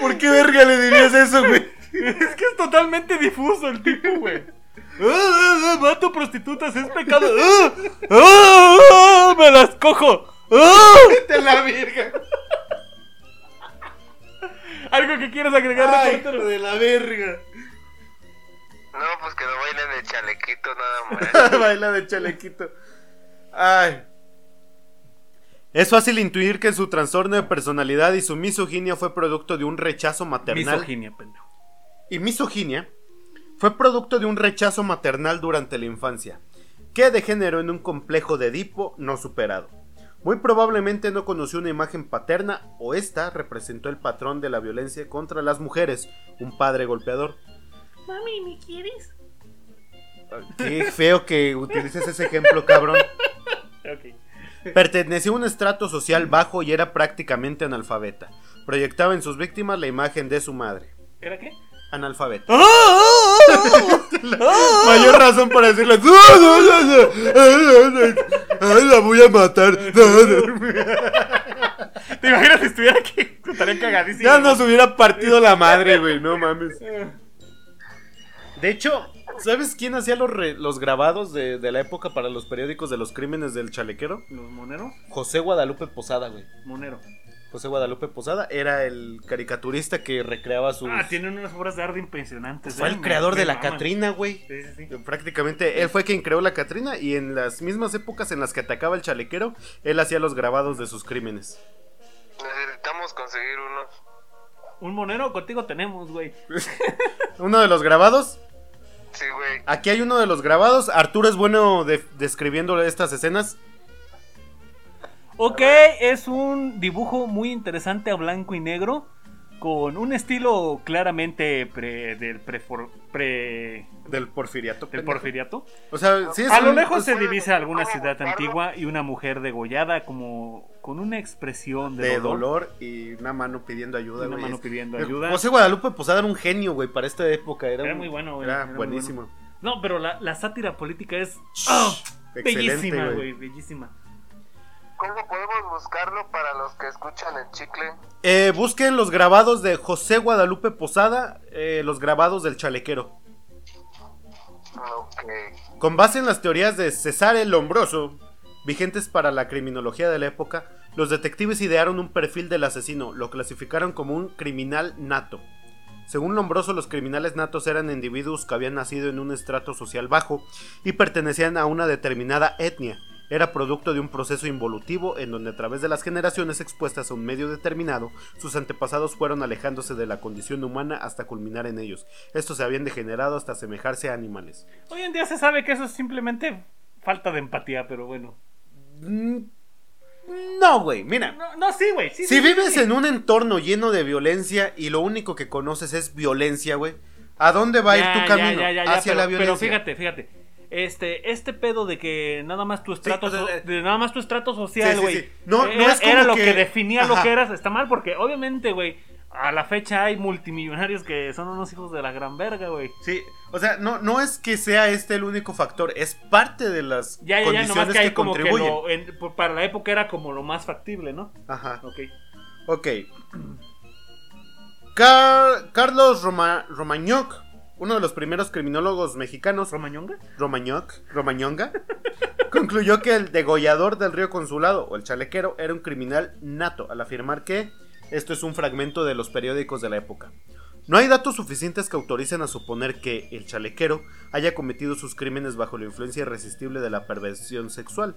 ¿Por qué verga le dirías eso, güey?
Es que es totalmente difuso el tipo, güey. Ah, ah, ah, mato prostitutas, es pecado. Ah, ah, ah, me las cojo. Ah.
De la verga.
Algo que quieres agregar,
Ay,
reportero?
de la verga.
No, pues que no bailen de chalequito nada más.
[laughs] Baila de chalequito. Ay. Es fácil intuir que su trastorno de personalidad y su misoginia fue producto de un rechazo maternal.
Misoginia, pendejo.
y misoginia fue producto de un rechazo maternal durante la infancia, que degeneró en un complejo de Edipo no superado. Muy probablemente no conoció una imagen paterna o esta representó el patrón de la violencia contra las mujeres, un padre golpeador.
Mami, ¿me quieres?
Ah, Qué feo que utilices ese ejemplo, cabrón.
Ok.
Pertenecía a un estrato social bajo y era prácticamente analfabeta. Proyectaba en sus víctimas la imagen de su madre.
¿Era qué?
Analfabeta. Mayor razón para decirle. La voy a matar.
¿Te imaginas si estuviera aquí? Estaría cagadísimo.
Ya nos hubiera partido la madre, güey. No mames. De hecho, ¿sabes quién hacía los, re- los grabados de, de la época para los periódicos de los crímenes del chalequero?
¿Los moneros?
José Guadalupe Posada, güey.
Monero.
José Guadalupe Posada era el caricaturista que recreaba sus.
Ah, tienen unas obras de arte impresionantes.
Fue
¿eh?
el creador
Me-
de
me
la
maman.
Catrina, güey.
Sí, sí, sí.
Prácticamente él fue quien creó la Catrina y en las mismas épocas en las que atacaba el chalequero, él hacía los grabados de sus crímenes.
Necesitamos conseguir uno.
Un monero contigo tenemos, güey.
Uno de los grabados.
Sí, güey.
Aquí hay uno de los grabados. Arturo es bueno de- describiendo estas escenas.
Ok, es un dibujo muy interesante a blanco y negro. Con un estilo claramente pre- del, prefor- pre-
Del porfiriato.
del
pendejo.
porfiriato.
O sea, sí es
A lo
un-
lejos se
puede-
divisa alguna
puede
ciudad
buscarlo.
antigua y una mujer degollada como con una expresión de,
de dolor y una mano pidiendo ayuda,
Una
güey.
mano pidiendo
Eh,
ayuda.
José Guadalupe Posada era un genio, güey, para esta época. Era,
Era
un-
muy bueno, güey,
Era,
era muy
buenísimo.
No, pero la, la sátira política es ¡ah!
Excelente,
bellísima,
güey.
güey, bellísima.
¿Cómo podemos buscarlo para los que escuchan el chicle?
Eh, busquen los grabados de José Guadalupe Posada, eh, los grabados del chalequero.
Ok.
Con base en las teorías de César el Lombroso, vigentes para la criminología de la época, los detectives idearon un perfil del asesino, lo clasificaron como un criminal nato. Según Lombroso, los criminales natos eran individuos que habían nacido en un estrato social bajo y pertenecían a una determinada etnia. Era producto de un proceso involutivo en donde a través de las generaciones expuestas a un medio determinado, sus antepasados fueron alejándose de la condición humana hasta culminar en ellos. Estos se habían degenerado hasta asemejarse a animales.
Hoy en día se sabe que eso es simplemente falta de empatía, pero bueno.
Mm, No, güey, mira.
No, no, sí, güey. Sí,
Si
sí,
vives
sí.
en un entorno lleno de violencia y lo único que conoces es violencia, güey, ¿a dónde va a ir
Ya,
tu
ya,
camino?
ya, ya, ya,
Hacia
pero,
la violencia.
Pero fíjate, fíjate. Este, este pedo de que nada más tu estrato,
o sea,
so-
eh,
de nada más tu estrato
sí,
social,
sí,
güey.
sí. No, no
era,
es como
era lo que,
que-
definía lo
Ajá.
que eras, está mal porque obviamente, güey, a la fecha hay multimillonarios que son unos hijos de la gran verga, güey.
Sí, o sea, no, no es que sea este el único factor, es parte de las
Ya, ya, ya,
condiciones
nomás que
que,
ahí como que
contribuyen.
lo- en- por- para la época era como lo más factible, ¿no?
Ajá.
Ok.
Ok. Car- Carlos Roma- Romagnoc, uno de los primeros criminólogos mexicanos,
¿Romañonga?
Romagnoc, Romañonga, concluyó que el degollador del río Consulado o el chalequero era un criminal nato, al afirmar que esto es un fragmento de los periódicos de la época. No hay datos suficientes que autoricen a suponer que el chalequero haya cometido sus crímenes bajo la influencia irresistible de la perversión sexual.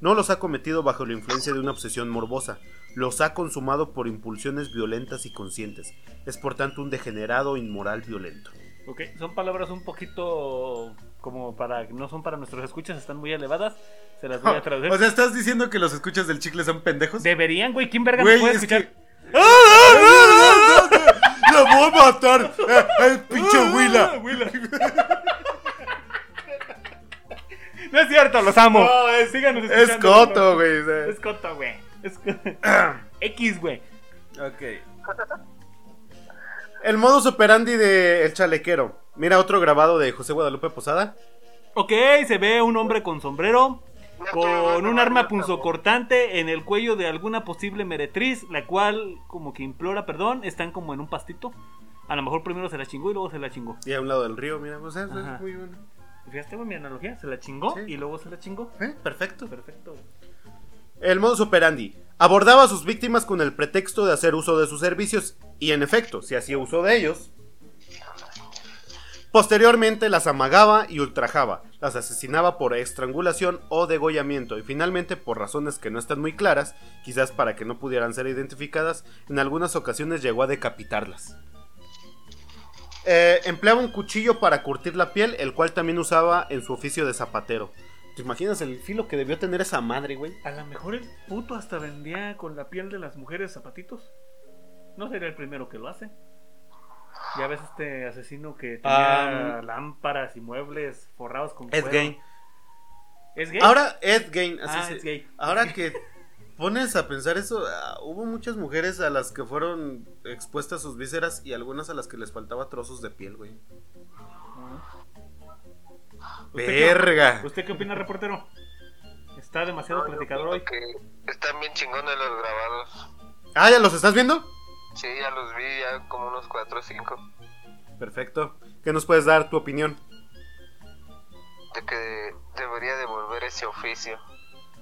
No los ha cometido bajo la influencia de una obsesión morbosa, los ha consumado por impulsiones violentas y conscientes. Es por tanto un degenerado inmoral violento.
Ok, son palabras un poquito como para, no son para nuestros escuchas, están muy elevadas. Se las voy
[laughs]
a traducir.
sea, ¿estás diciendo que los escuchas del chicle son pendejos?
Deberían, güey, ¿quién verga
Güey,
nos puede
es
escuchar?
¡Ah, ah, ah, ah, ah! ¡La voy a matar! ¡Eh, ¡El pinche
Ah,
Huila!
No es cierto, los amo. No, es, síganos
Es
escuchando,
Coto, güey. o sea.
güey. Es coto, güey.
[clears throat]
Es co- X, güey.
El modus operandi de El Chalequero. Mira otro grabado de José Guadalupe Posada.
Ok, se ve un hombre con sombrero, con un arma punzocortante en el cuello de alguna posible meretriz, la cual, como que implora perdón, están como en un pastito. A lo mejor primero se la chingó y luego se la chingó.
Y a un lado del río, mira, pues es, es
Ajá.
muy bueno.
¿Fijaste, güey, mi analogía? Se la chingó
Sí.
y luego se la chingó.
Eh, Perfecto.
Perfecto. güey.
El modus operandi. Abordaba a sus víctimas con el pretexto de hacer uso de sus servicios y en efecto, se hacía uso de ellos. Posteriormente las amagaba y ultrajaba, las asesinaba por estrangulación o degollamiento y finalmente por razones que no están muy claras, quizás para que no pudieran ser identificadas, en algunas ocasiones llegó a decapitarlas. Eh, empleaba un cuchillo para curtir la piel, el cual también usaba en su oficio de zapatero. ¿Te imaginas el filo que debió tener esa madre, güey?
A lo mejor el puto hasta vendía con la piel de las mujeres zapatitos. No sería el primero que lo hace. Ya ves este asesino que tenía
Ah,
lámparas y muebles forrados con
Ed
cuero.
Gein.
¿Es gay?
Ahora Ed Gain, así
Ah,
se-
es gay.
ahora que pones a pensar eso, ah, hubo muchas mujeres a las que fueron expuestas sus vísceras y algunas a las que les faltaba trozos de piel, güey. Verga.
¿Usted qué opina, reportero? Está demasiado platicador hoy.
Que están bien chingones los grabados.
Ah, ¿ya los estás viendo?
Sí, ya los vi, ya como unos 4 o 5.
Perfecto. ¿Qué nos puedes dar tu opinión?
De que debería devolver ese oficio.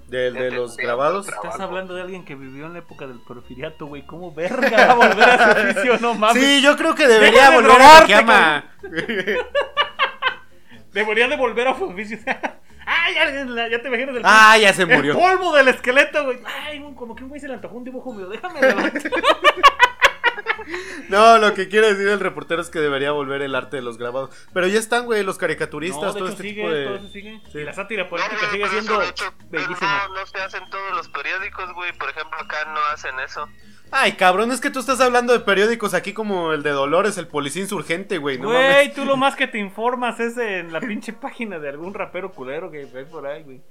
Del de
Este,
los
sí,
grabados.
otra.
Estás
Trabajo.
hablando de alguien que vivió en la época del porfiriato, güey. ¿Cómo verga va a volver a
[laughs]
su oficio? No mames.
Sí, yo creo que debería
Deja de
volver a lo que
drogarte,
ama.
Debería de volver a su oficio. [laughs] ¡Ay, ya, ya te imaginas el
Ah, ya se
El
murió. [laughs]
polvo del esqueleto, güey. Ay, un- como que un güey se le antojó un dibujo mío. Déjame levantar.
No, lo que quiere decir el reportero es que debería volver el arte de los grabados. Pero ya están, güey, los caricaturistas,
No, de
todo
hecho
este
sigue,
tipo de.
todo eso sigue.
Sí. Ah,
Y la sátira
No,
política
no,
sigue
pero
siendo
eso, de hecho,
bellísima.
No, no se hacen todos los periódicos, güey. Por ejemplo, acá no hacen eso.
Ay, cabrón, es que tú estás hablando de periódicos aquí como el de Dolores, el policía insurgente, güey. No mames.
Güey, tú lo más que te informas es en la pinche página de algún rapero culero que hay por ahí, güey.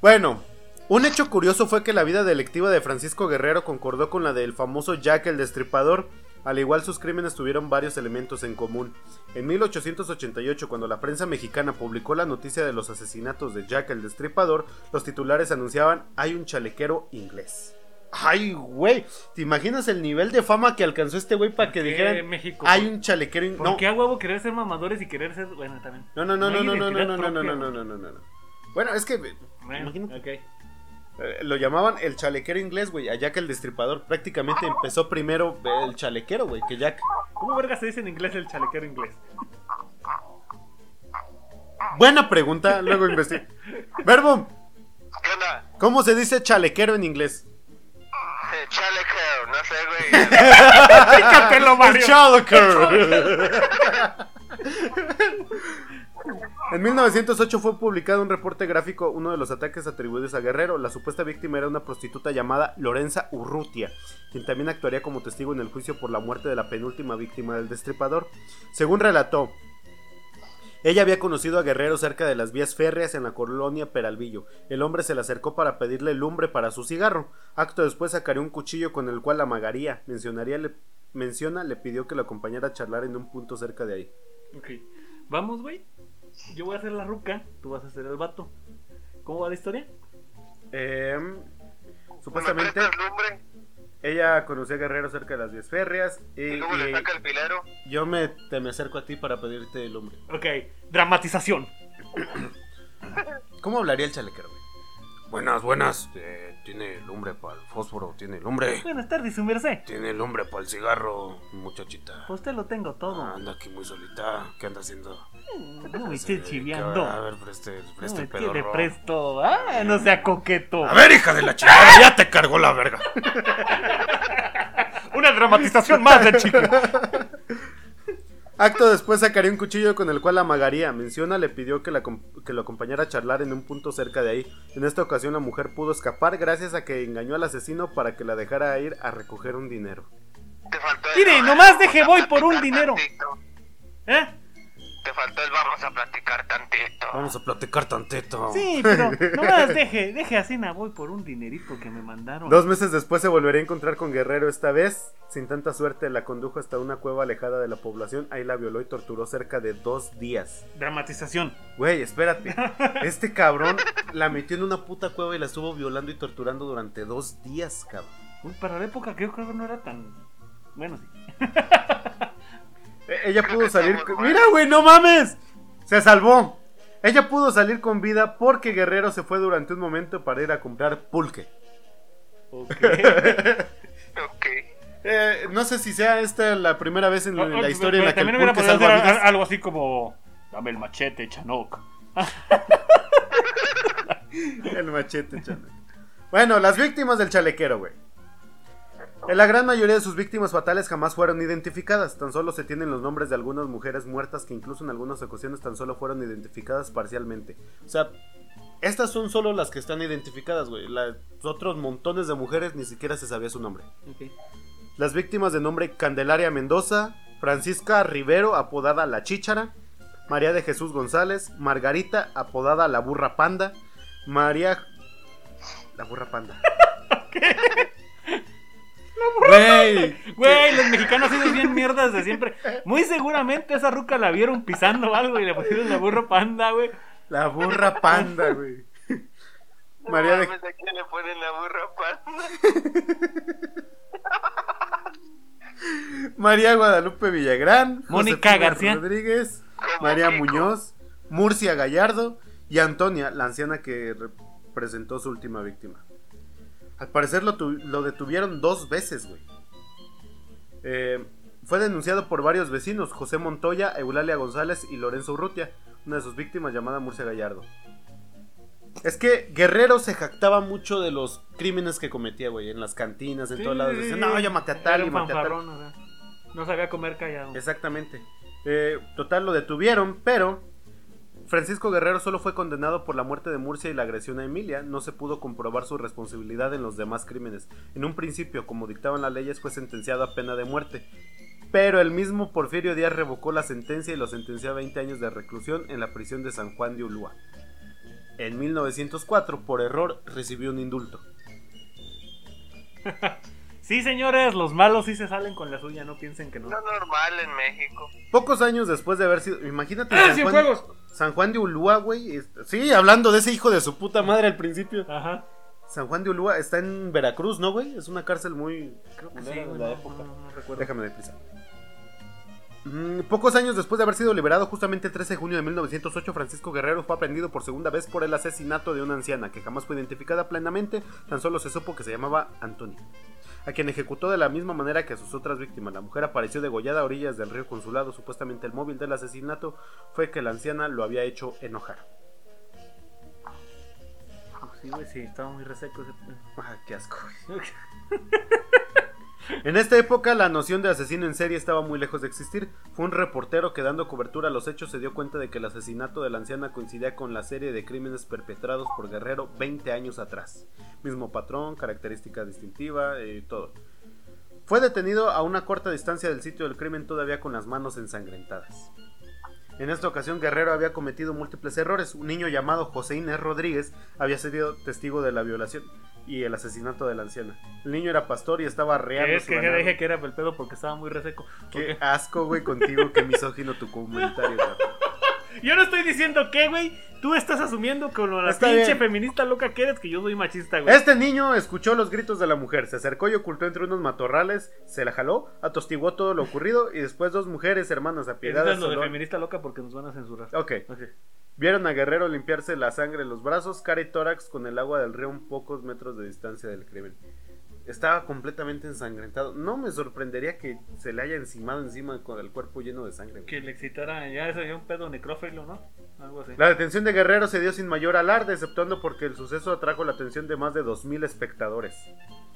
Bueno, un hecho curioso fue que la vida delictiva de Francisco Guerrero concordó con la del famoso Jack el Destripador. Al igual sus crímenes tuvieron varios elementos en común. En 1888, cuando la prensa mexicana publicó la noticia de los asesinatos de Jack el Destripador, los titulares anunciaban hay un chalequero inglés. Ay, güey, ¿te imaginas el nivel de fama que alcanzó este güey para que
¿Por qué
dijeran
Eh, México?
hay un chalequero inglés?
¿Por qué a huevo querer ser mamadores y querer ser. Bueno, también.
No, no, no,
No
no,
hay
no, no, no,
identidad
no, no, no,
propia,
no, no, no, no, no. Bueno, es que
Bueno,
Imagínate.
ok.
eh, lo llamaban el chalequero inglés, güey. A Jack el Destripador prácticamente empezó primero eh, el chalequero, güey, que Jack.
¿Cómo verga se dice en inglés el chalequero inglés?
Buena pregunta, luego investigué. Verbo,
¿Qué onda?
¿cómo se dice chalequero en inglés?
Eh, Chalequeo, no sé,
[laughs]
güey.
¡Pícatelo, Mario!
Chalequero. En 1908 fue publicado un reporte gráfico, uno de los ataques atribuidos a Guerrero. La supuesta víctima era una prostituta llamada Lorenza Urrutia, quien también actuaría como testigo en el juicio por la muerte de la penúltima víctima del destripador. Según relató, ella había conocido a Guerrero cerca de las vías férreas en la colonia Peralvillo. El hombre se le acercó para pedirle lumbre para su cigarro. Acto después sacaría un cuchillo con el cual la amagaría. Mencionaría, le, menciona, le pidió que lo acompañara a charlar en un punto cerca de ahí.
Ok. Vamos, güey. Yo voy a hacer la ruca, tú vas a hacer el vato. ¿Cómo va la historia?
Em,
¿Me
supuestamente
prestas lumbre?
ella conocía a Guerrero cerca de las vías férreas y,
eh,
¿Y cómo le
y-
saca el filero?
yo me, te me acerco a ti para pedirte lumbre.
Ok, dramatización.
¿Cómo hablaría el chalequero? güey?
Buenas, buenas. Eh, tiene lumbre para el fósforo, tiene lumbre.
Buenas tardes, su merced.
Tiene lumbre para el cigarro, muchachita.
Usted lo tengo
Ah,
Pues todo.
anda aquí muy solita. ¿Qué anda haciendo?
No me esté
Eh,
chiviando.
A ver, preste,
No,
preste el
es que le
pedorro.
presto. Ah, no sea coqueto.
A ver, hija de la chingada, ya te cargó la verga.
Una dramatización más
[laughs]
del chico.
Acto después sacaría un cuchillo con el cual la amagaría. Menciona le pidió que, la acom- que lo acompañara a charlar en un punto cerca de ahí. En esta ocasión la mujer pudo escapar gracias a que engañó al asesino para que la dejara ir a recoger un dinero.
Te faltó el
Mire,
"Vamos
nomás
a
deje, voy por un
platicar
dinero".
tantito.
¿Eh?
Te faltó el vamos a platicar tantito.
Ah.
Vamos a platicar tantito.
Sí, pero nomás deje, deje así, na, voy por un dinerito que me mandaron.
Dos meses después se volvería a encontrar con Guerrero esta vez. Sin tanta suerte la condujo hasta una cueva alejada de la población. Ahí la violó y torturó cerca de dos días.
Dramatización.
Güey, espérate. Este cabrón la metió en una puta cueva y la estuvo violando y torturando durante dos días, cabrón.
Uy, para la época que yo creo que no era tan. Bueno, sí.
Eh, Ella
Creo
pudo
que
salir.
estamos
con-
mal.
Mira, güey, no mames. Se salvó. Ella pudo salir con vida porque Guerrero se fue durante un momento para ir a comprar pulque. [laughs]
Ok. [laughs]
Ok.
Eh, no sé si sea esta la primera vez en
O- o-
la historia en
pero
la que el
también hubiera
pulque
podido
salva
hacer a-
vidas.
algo así como. Dame el machete, Chanok.
[laughs] El machete, chale. Bueno, las víctimas del chalequero, güey. En la gran mayoría de sus víctimas fatales jamás fueron identificadas, tan solo se tienen los nombres de algunas mujeres muertas que incluso en algunas ocasiones tan solo fueron identificadas parcialmente. O sea, estas son solo las que están identificadas, güey. Las otros montones de mujeres ni siquiera se sabía su nombre. Las víctimas de nombre Candelaria Mendoza, Francisca Rivero, apodada La Chíchara, María de Jesús González, Margarita, apodada La Burra Panda, María... La Burra
[laughs]
Panda. Güey,
Güey, los mexicanos han sido bien mierdas de siempre. Muy seguramente esa ruca la vieron pisando algo y le pusieron la burro panda, güey.
La Burra Panda, güey. María de...
¿A quién le ponen la burra panda?
María Guadalupe Villagrán,
Mónica
Josefina
García.
Rodríguez,
Como
María
Kiko.
Muñoz, Murcia Gallardo y Antonia, la anciana que representó su última víctima. Al parecer lo, tu- lo detuvieron dos veces, güey. Eh, fue denunciado por varios vecinos, José Montoya, Eulalia González y Lorenzo Urrutia, una de sus víctimas llamada Murcia Gallardo. Es que Guerrero se jactaba mucho de los crímenes que cometía, güey, en las cantinas, en
Sí,
todos lados.
sí,
Decía,
sí.
no, yo maté a tal,
Era
yo
un
maté a tal.
fanfarrón, o sea, No sabía comer callado.
Exactamente. Eh, total, lo detuvieron, pero Francisco Guerrero solo fue condenado por la muerte de Murcia y la agresión a Emilia. No se pudo comprobar su responsabilidad en los demás crímenes. En un principio, como dictaban las leyes, fue sentenciado a pena de muerte. Pero el mismo Porfirio Díaz revocó la sentencia y lo sentenció a 20 años de reclusión en la prisión de San Juan de Ulúa. En 1904, por error, recibió un indulto.
Sí, señores, los malos sí se salen con la suya, no piensen que no.
No es normal en México.
Pocos años después de haber sido. Imagínate.
¡Ah,
San Juan-
Cienfuegos!
San Juan de Ulúa, güey. es- Sí, hablando de ese hijo de su puta madre al principio.
Ajá.
San Juan de Ulúa está en Veracruz, ¿no, güey? Es una cárcel muy. Creo que
Ah, Sí,
sí,
güey,
la
no,
época.
no, no recuerdo.
Déjame deprisa. Mm, pocos años después de haber sido liberado, justamente el 13 de junio de 1908, Francisco Guerrero fue aprendido por segunda vez por el asesinato de una anciana que jamás fue identificada plenamente, tan solo se supo que se llamaba Antonia, a quien ejecutó de la misma manera que a sus otras víctimas. La mujer apareció degollada a orillas del río Consulado, supuestamente el móvil del asesinato fue que la anciana lo había hecho enojar.
Ah, Sí, güey, sí, estaba muy reseco ese.
Ah, qué asco. güey. [laughs] En esta época la noción de asesino en serie estaba muy lejos de existir. Fue un reportero que dando cobertura a los hechos se dio cuenta de que el asesinato de la anciana coincidía con la serie de crímenes perpetrados por Guerrero 20 años atrás. Mismo patrón, característica distintiva, eh, todo. Fue detenido a una corta distancia del sitio del crimen todavía con las manos ensangrentadas. En esta ocasión Guerrero había cometido múltiples errores. Un niño llamado José Inés Rodríguez había sido testigo de la violación y el asesinato de la anciana. El niño era pastor y estaba reando
Es
su
que
ganado.
dije que era el pedo porque estaba muy reseco.
Qué
Ok.
asco, güey, contigo, qué misógino tu comentario, güey.
Yo no estoy diciendo que, güey. Tú estás asumiendo con la
Está
pinche
bien.
feminista loca que eres que yo soy machista, güey.
Este niño escuchó los gritos de la mujer, se acercó y ocultó entre unos matorrales, se la jaló, atostiguó todo lo ocurrido y después dos mujeres hermanas
Eso
apiedadas.
es lo de
olor-
feminista loca porque nos van a censurar.
Ok.
Ok.
Vieron a Guerrero limpiarse la sangre en los brazos, cara y tórax con el agua del río a pocos metros de distancia del crimen. Estaba completamente ensangrentado. No me sorprendería que se le haya encimado encima con el cuerpo lleno de sangre. güey.
Que le excitara, ya eso ya un pedo necrófilo, ¿no? Algo así.
La detención de Guerrero se dio sin mayor alarde, exceptuando porque el suceso atrajo la atención de más de 2.000 espectadores.
[laughs]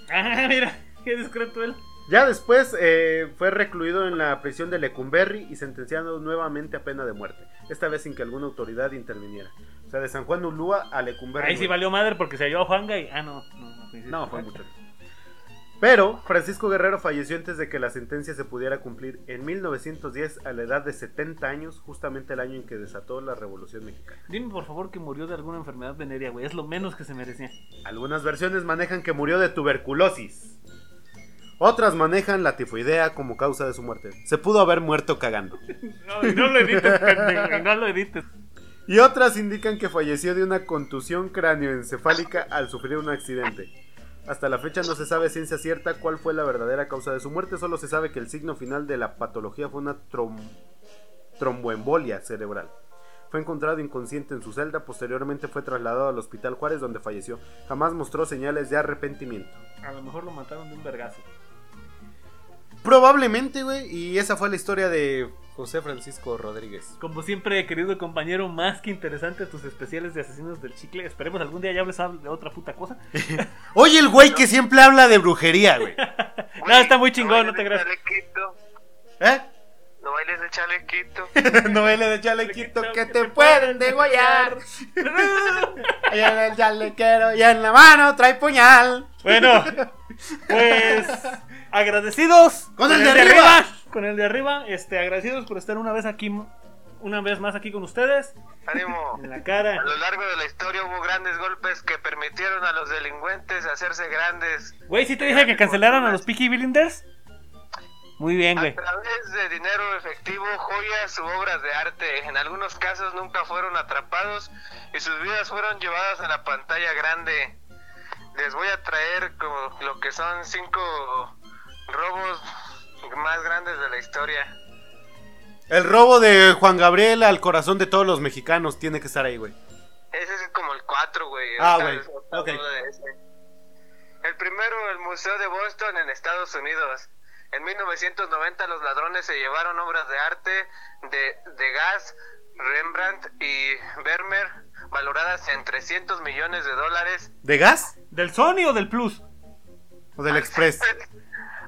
Ah, mira, qué discreto él.
Ya después eh, fue recluido en la prisión de Lecumberri y sentenciado nuevamente a pena de muerte, esta vez sin que alguna autoridad interviniera. O sea, de San Juan Ulúa a Lecumberri.
Ahí sí
güey.
valió madre porque se halló a Juanga y. Ah, no. No, no, coincide.
No, fue mucho. Pero Francisco Guerrero falleció antes de que la sentencia se pudiera cumplir en 1910 a la edad de 70 años, justamente el año en que desató la Revolución Mexicana.
Dime por favor que murió de alguna enfermedad venérea, güey. Es lo menos que se
[laughs]
merecía.
Algunas versiones manejan que murió de tuberculosis. Otras manejan la tifoidea como causa de su muerte. Se pudo haber muerto cagando.
No, no lo [laughs] edites, pendejo, no lo edites.
Y otras indican que falleció de una contusión cráneoencefálica al sufrir un accidente. Hasta la fecha no se sabe a ciencia cierta cuál fue la verdadera causa de su muerte, solo se sabe que el signo final de la patología fue una trom- tromboembolia cerebral. Fue encontrado inconsciente en su celda, posteriormente fue trasladado al Hospital Juárez donde falleció. Jamás mostró señales de arrepentimiento.
A lo mejor lo mataron de un vergazo.
Probablemente, güey, y esa fue la historia de José Francisco Rodríguez.
Como siempre, querido compañero, más que interesante tus especiales de asesinos del chicle. Esperemos algún día ya hables hab- de otra puta cosa.
Oye, el güey que siempre habla de brujería, güey.
No, está muy chingón, no te
bailes
creas.
de Chalequito.
[laughs] ¿Eh?
No bailes de
[laughs]
chalequito.
Novela de chalequito que te pueden degollar. Y en el chalequero y en la mano trae puñal.
[laughs] Bueno, pues agradecidos
Con el de arriba.
con el de arriba, este agradecidos por estar una vez aquí, una vez más aquí con ustedes
Ánimo.
en la
A
cara.
lo largo de la historia hubo grandes golpes que permitieron a los delincuentes hacerse grandes
Güey, si te dije que cancelaron a los Peaky Blinders. Muy bien,
a
güey.
través de dinero efectivo, joyas u obras de arte. En algunos casos nunca fueron atrapados y sus vidas fueron llevadas a la pantalla grande. Les voy a traer como lo que son cinco robos más grandes de la historia.
El robo de Juan Gabriel al corazón de todos los mexicanos tiene que estar ahí, güey.
Ese es como el 4, güey.
Ah,
Ahorita
güey.
les voy a
Ok.
hablar de ese. El primero, el Museo de Boston en Estados Unidos. En 1990 los ladrones se llevaron obras de arte, de, de gas, Rembrandt y Vermeer, valoradas en 300 millones de dólares, [laughs]
¿De gas
¿Del Sony o del Plus?
o del Express?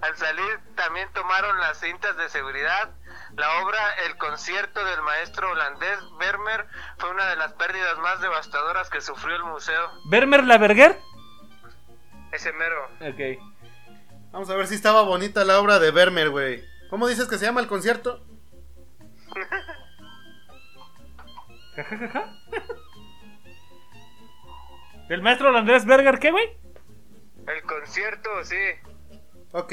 Al salir también tomaron las cintas de seguridad. La obra El concierto del maestro holandés Vermeer fue una de las pérdidas más devastadoras que sufrió el museo.
¿Vermeer la Berger?
Ese mero.
Ok.
Vamos a ver si estaba bonita la obra de Vermeer, güey. ¿Cómo dices que se llama el concierto?
¿El maestro holandés Berger qué, güey?
El concierto, sí.
Ok,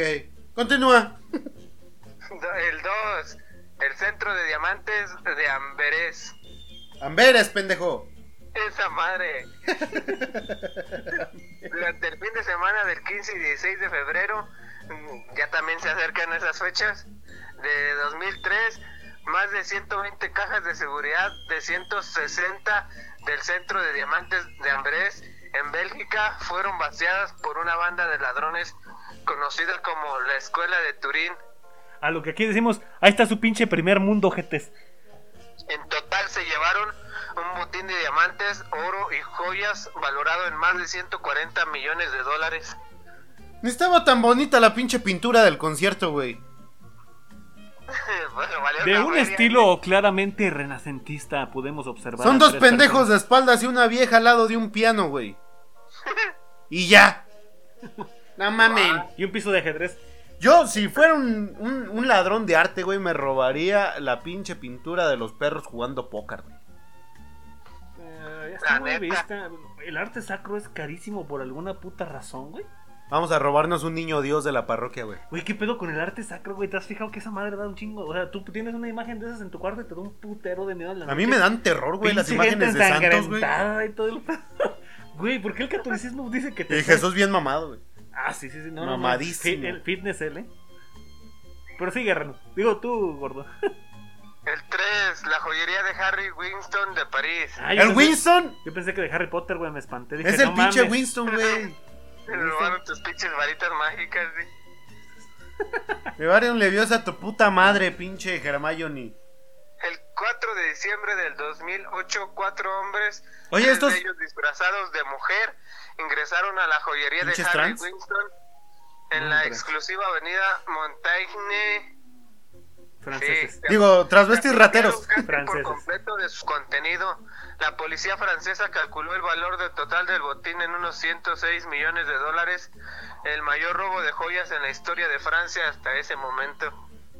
continúa.
Do- El 2. El centro de diamantes de Amberes.
Amberes, pendejo.
Esa madre. Durante el fin de semana del 15 y 16 de febrero, mm, ya también se acercan esas fechas, de 2003, más de 120 cajas de seguridad de 160 del centro de diamantes de Ambrés en Bélgica fueron vaciadas por una banda de ladrones conocida como la Escuela de Turín.
A lo que aquí decimos, ahí está su pinche primer mundo, jetes.
En total se llevaron un botín de diamantes, oro y joyas valorado en más de 140 millones de dólares. [laughs]
Ni estaba tan bonita la pinche pintura del concierto, güey.
Bueno, valió
De
una
un
feria.
estilo claramente renacentista podemos observar.
Son
a
dos
tres
pendejos de
personas.
espaldas y una vieja al lado de un piano, güey. Y
[laughs]
ya. No mamen.
Y un piso de ajedrez.
Yo, si fuera un, un- un ladrón de arte, güey, me robaría la pinche pintura de los perros jugando póker, güey.
Eh, ya está
La
muy
neta.
vista. El arte sacro es carísimo por alguna puta razón, güey.
Vamos a robarnos un niño dios de la parroquia, güey.
Güey, ¿qué pedo con el arte sacro, güey? ¿Te has fijado que esa madre da un chingo? O sea, tú tienes una imagen de esas en tu cuarto y te da un putero de miedo. en la
A mí
noche.
me dan terror, güey, las
Pinche
imágenes
gente
de santos, güey.
ensangrentada y todo el pedo. [laughs] Güey, ¿por qué el catolicismo dice que te...
Y Jesús bien mamado, güey.
Ah, sí, sí, sí. No, no, no.
Mamadísimo.
Fit- el fitness, él, ¿eh? Pero sigue, Reno. Digo tú, gordo.
El 3, la joyería de Harry Winston de París.
Ah, yo
El
pensé-
Winston
Yo pensé que de Harry Potter, güey, me espanté. Dije,
es el
"No
pinche
mames".
Winston, güey.
Te robaron tus pinches varitas mágicas. ¿sí?
Le un leviosa a tu puta madre, pinche Hermione.
El 4 de diciembre del 2008, cuatro hombres,
Oye,
tres
estos-
de ellos disfrazados de mujer, ingresaron a la joyería de
Pinches
Harry
trans.
Winston en
Mm,
la
trans.
exclusiva avenida Montaigne.
Franceses.
Sí.
Digo, transvestis rateros.
Casi Por
Franceses.
completo de su contenido, la policía francesa calculó el valor de total del botín en unos 106 millones de dólares, el mayor robo de joyas en la historia de Francia hasta ese momento.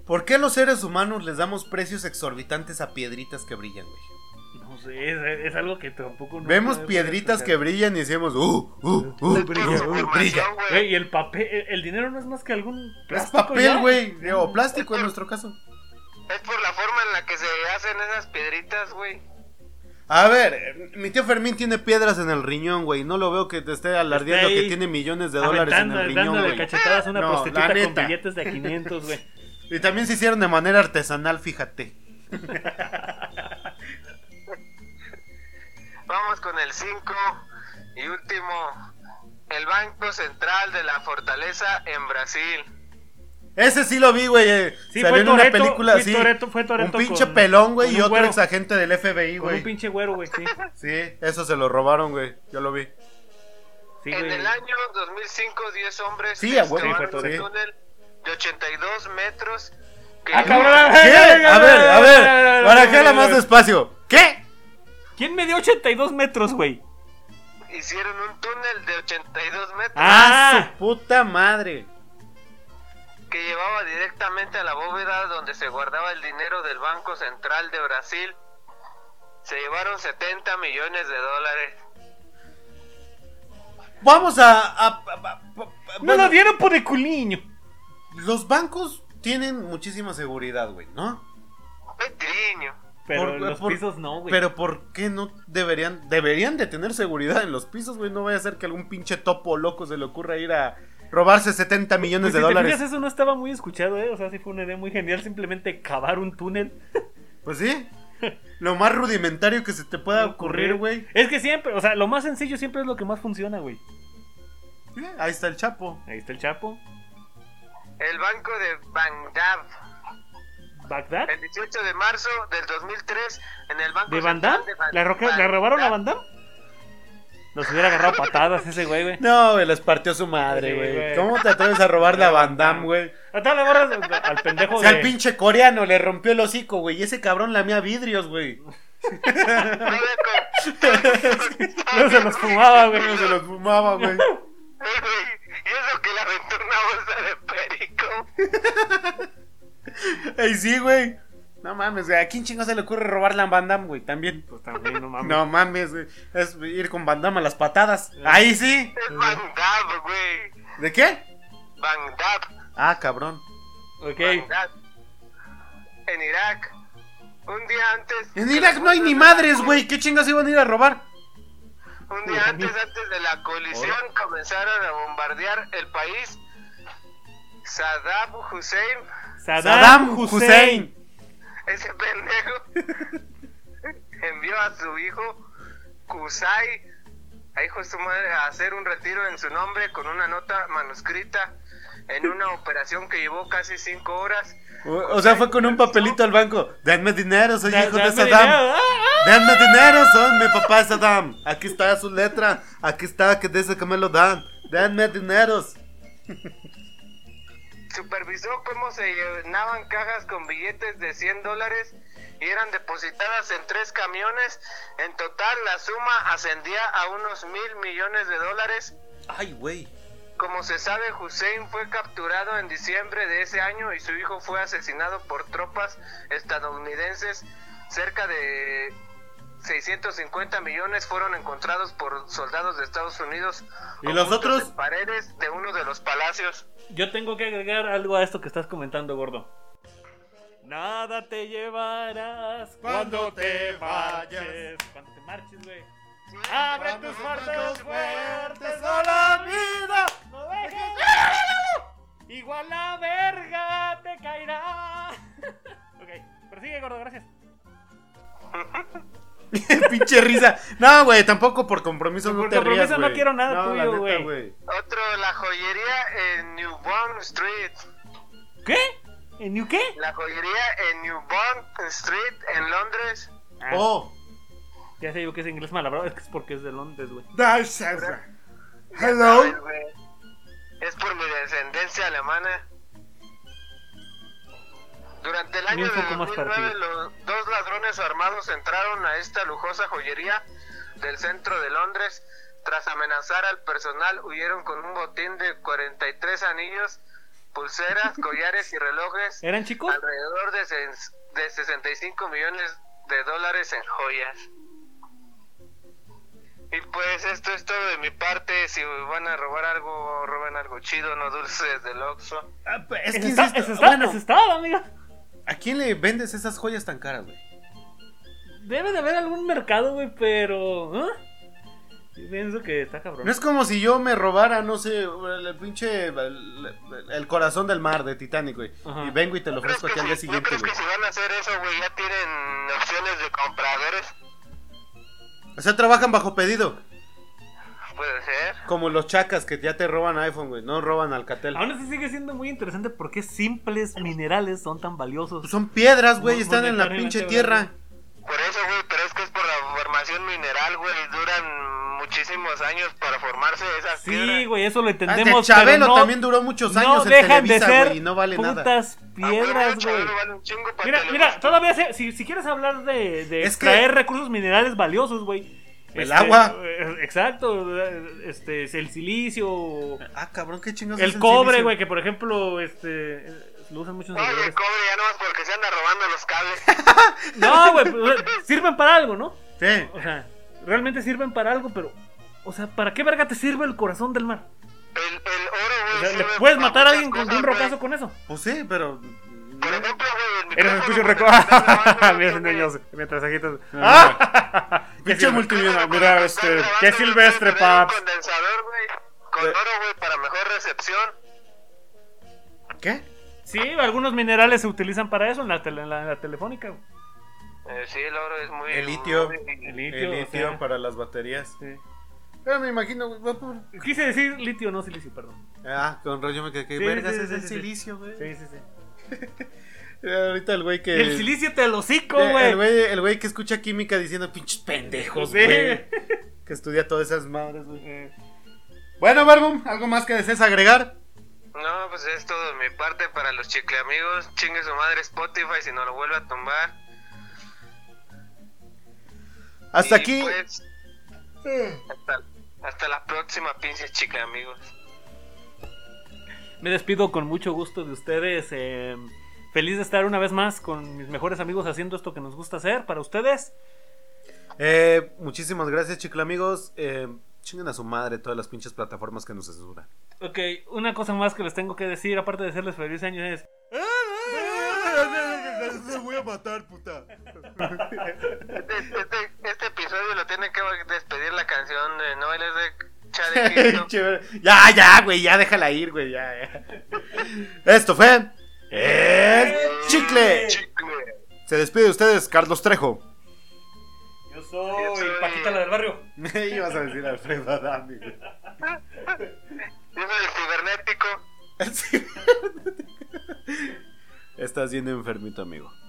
¿Por qué los seres humanos les damos precios exorbitantes a piedritas que brillan, güey?
No sé, es, es algo que tampoco... no-
Vemos
no debo
piedritas que
explicar.
brillan y decimos, uh, uh, uh, brilla,
Por
uh,
su
brilla.
formación, güey.
Güey, y el papel... el- El dinero no es más que algún...
Es
plástico,
papel,
ya.
güey. O plástico en nuestro caso.
Es por la forma en la que se hacen esas piedritas, güey.
A ver, eh, mi tío Fermín tiene piedras en el riñón, güey. No lo veo que te esté alardeando
ahí
que tiene millones de dólares en
Aventando,
el
dando
riñón,
de
güey.
cachetadas a una
No, la
prostituta con
neta.
billetes de 500, güey.
Y también se hicieron de manera artesanal, fíjate.
Vamos con el 5 y último. El Banco Central de la Fortaleza en Brasil.
Ese sí lo vi, güey. eh.
Sí,
Salió
fue
en una
Toretto,
película
fue
así.
Toretto, fue Toretto
un pinche
con-
pelón,
con
güey,
un
y otro
güero.
ex agente del FBI,
Con un
güey.
pinche güero, güey, sí.
Sí, eso se lo robaron, güey. Yo lo
[laughs]
vi.
Sí,
en
güey.
el año 2005, 10 hombres
Sí, a huevo,
excavaron
sí, fue
un
todo.
túnel de 82 metros. que-
¡Ah, cabrón! [laughs]
¿Qué? A ver, a ver. Barajala más
después.
despacio. ¿Qué?
¿Quién me dio 82 metros, güey?
Hicieron un túnel de 82 metros
¡Ah!
Puta madre.
que llevaba directamente a la bóveda donde se guardaba el dinero del Banco Central de Brasil. Se llevaron 70 millones de dólares.
Vamos a. a- a- a- a-
¡No
bueno,
lo dieron por el culiño!
los bancos tienen muchísima seguridad, güey, ¿no?
Petriño.
Pero
Por-
en los
por-
pisos no, güey.
Pero ¿por qué no deberían deberían de tener seguridad en los pisos, güey? No vaya a ser que algún pinche topo loco se le ocurra ir a robarse 70 millones
Pues
de
si
dólares.
Te fijas, eso no estaba muy escuchado, ¿eh? O sea, sí fue una idea muy genial simplemente cavar un túnel.
Pues sí. Lo más rudimentario que se te pueda ocurrir, güey.
Es que siempre, o sea, lo más sencillo siempre es lo que más funciona, güey.
Sí, Eh, Ahí está el Chapo.
Ahí está el Chapo.
El banco de Bagdad.
¿Bagdad?
El 18 de marzo del 2003 en el Banco
¿De Van
Central
Damme?
de Van-
¿La, roca- ¿La
Van
robaron a
Damme.
Van Damme? Nos hubiera agarrado a patadas ese güey, güey.
No, güey, les partió su madre,
Sí,
güey.
güey.
¿Cómo te atreves a robar
[laughs]
la Van Damme, güey?
Hasta le borras al pendejo
O sea,
de...
al pinche coreano le rompió el hocico, güey. Y ese cabrón lamía vidrios, güey.
No [laughs] se los fumaba, [laughs] güey.
Se los fumaba, güey.
Ay, güey, Y eso que le aventó una bolsa de perico.
Ey, sí, güey. No mames, güey. ¿A quién chingo se le ocurre robar la Van Damme, güey? También.
Pues también, no mames.
No mames, güey. Es ir con Van Damme a las patadas. Ahí sí.
Es Bandab, güey.
¿De qué?
Bandab.
Ah, cabrón.
Ok.
Bagdad, En Irak. Un día antes.
En Irak no hay ni madres, güey. ¿Qué chingas iban a ir a robar?
Un día antes, antes de la colisión, comenzaron a bombardear el país. Saddam Hussein,
Saddam,
Saddam
Hussein.
Hussein.
ese pendejo, [laughs] envió a su hijo Qusay, a hijo de su madre, a hacer un retiro en su nombre con una nota manuscrita en una operación que llevó casi cinco horas.
O o sea, fue con un papelito al banco. Denme dinero, soy
Da-
hijo de
dame
Saddam.
dinero. ¡Ah,
Denme dinero, soy mi papá es Saddam. Aquí está su letra. Aquí está que dice que me lo dan. Denme dineros.
Supervisó cómo se llenaban cajas con billetes de 100 dólares y eran depositadas en tres camiones. En total, la suma ascendía a unos mil millones de dólares.
Ay, güey.
Como se sabe, Hussein fue capturado en diciembre de ese año y su hijo fue asesinado por tropas estadounidenses. Cerca de 650 millones fueron encontrados por soldados de Estados Unidos.
¿Y los
ocultos
otros?
en paredes de uno de los palacios.
ah! Yo tengo que agregar algo a esto que estás comentando, gordo. Nada te llevarás cuando te vayas. Cuando te marches, güey. Abre tus puertas fuertes a
[laughs]
la vida. No dejes. Igual la verga te caerá. [laughs] ok, prosigue, gordo, gracias.
Pinche risa. No, güey, tampoco por compromiso no
Por
te
compromiso
rías,
no
güey.
quiero nada
la
tuyo,
neta,
güey.
Otro, la joyería en New Bond Street.
¿Qué? ¿En New qué?
La joyería en New Bond Street en Londres.
Ah,
Oh.
Ya sé yo que es inglés malabrado, es que es porque es de Londres, güey.
That's
Ay,
Hello.
güey. Es por mi descendencia alemana. Durante el
Ni
año
un
de
poco más
2009,
partido.
los dos ladrones armados entraron a esta lujosa joyería del centro de Londres. Tras amenazar al personal, huyeron con un botín de 43 anillos, pulseras, collares y relojes.
¿Eran chicos?
alrededor de, ses- de 65 millones de dólares en joyas. Y pues esto es todo de mi parte. Si van a robar algo, roben algo chido, no dulces del Oxxo.
Ah, Es que
Ese está,
insisto,
ese está,
bueno,
ese está, amiga.
¿a quién le vendes esas joyas tan caras, güey?
Debe de haber algún mercado, güey, pero. ¿ah? Yo pienso que está cabrón.
No es como si yo me robara, no sé, el pinche. El, el corazón del mar de Titanic, güey.
Ajá.
Y vengo y te lo
¿No crees
ofrezco aquí al
que
día
si- no
siguiente,
crees
güey.
que si van a hacer eso, güey, ya tienen opciones de compradores?
O sea, trabajan bajo pedido.
Puede ser.
Como los chacas que ya te roban iPhone, güey. No roban Alcatel.
Aún así sigue siendo muy interesante porque simples minerales son tan
Pues
valiosos.
son piedras, güey.
Mon-
Están en la
monetariamente
pinche tierra.
Por eso, güey, pero es que es por la formación mineral, güey. Duran muchísimos años para formarse esas piedras.
Sí, güey, eso lo
Ah, de
entendemos.
Chabelo
pero no,
también duró muchos
no
años en
dejan
Televisa,
de ser
güey. Y no vale nada.
putas
A huevo,
piedras, güey.
chaval, vale un chingo para
Mira,
que le
mira,
guste.
todavía se- si, si quieres hablar de, de
Es que-
extraer recursos minerales valiosos, güey.
El agua.
eh, Exacto, eh, este, es el silicio,
Ah, cabrón, qué chingados. es
el cobre,
silicio?
güey, que por ejemplo, este, eh, lo usan muchos
Oye,
servidores.
cobre, ya no más porque se anda robando los cables.
No, güey, pues, o sea, sirven para algo, ¿no?
Sí.
O sea, realmente sirven para algo, pero, o sea, ¿para qué verga te sirve el corazón del mar?
El, el oro, güey.
O sea, ¿le
sirve
puedes
para
matar a
muchas
alguien con
cosas,
un
güey.
rocazo con eso?
Pues sí, pero.
Por ejemplo, güey, el
Eres
micrófono.
un cuchillo
cuando
[laughs] reco-
te estás grabando,
Miren,
güey,
niños, mientras agitas.
Ah,
¡Ah! [laughs]
Pinche multimillonario. Mira,
cuando
este.
estás
qué
grabando,
silvestre,
güey, tener un
paps.
condensador, güey. Con oro, güey, para mejor recepción.
¿Qué?
Sí, algunos minerales se utilizan para eso en la, tele- en la- en la telefónica. güey.
Eh, sí, el oro es muy.
El litio.
muy-
El
El
litio. o
litio
sea,
para las baterías.
sí.
Pero me imagino, güey. va por-
Quise decir litio, no silicio, perdón.
Ah, con rollo me quedé.
Sí,
Vergas,
sí,
es
sí,
el
sí, sí.
silicio, güey.
Sí, sí, sí.
Ahorita el güey que.
El silicio te lo hocico,
Eh,
güey.
El güey, el güey que escucha química diciendo pinches pendejos,
Sí.
güey. Que estudia todas esas madres, güey.
Eh,
Bueno, Barbum, ¿algo más que desees agregar?
No, pues es todo de mi parte para los chicle amigos. Chingue su madre Spotify si no lo vuelve a tumbar.
Hasta
Y,
aquí.
pues, hasta, hasta la próxima, pinches chicle amigos.
Me despido con mucho gusto de ustedes. eh, feliz de estar una vez más con mis mejores amigos haciendo esto que nos gusta hacer para ustedes.
Eh, muchísimas gracias, chicle amigos. Eh, chinguen a su madre todas las pinches plataformas que nos censuran.
Ok, una cosa más que les tengo que decir, aparte de serles feliz año, es.
Te voy a matar, [laughs] puta.
Este, este- este episodio lo tiene que despedir la canción de No bailes de Chadequito.
ya, ya, güey, ya déjala ir, güey, ya, ya. Esto fue. El chicle.
chicle.
Se despide de ustedes, Carlos Trejo.
Yo
Yo soy- Paquita, la
del barrio.
Me [laughs] ibas a decir Alfredo Adami, [laughs] güey.
Yo soy el cibernético.
Estás bien enfermito, amigo.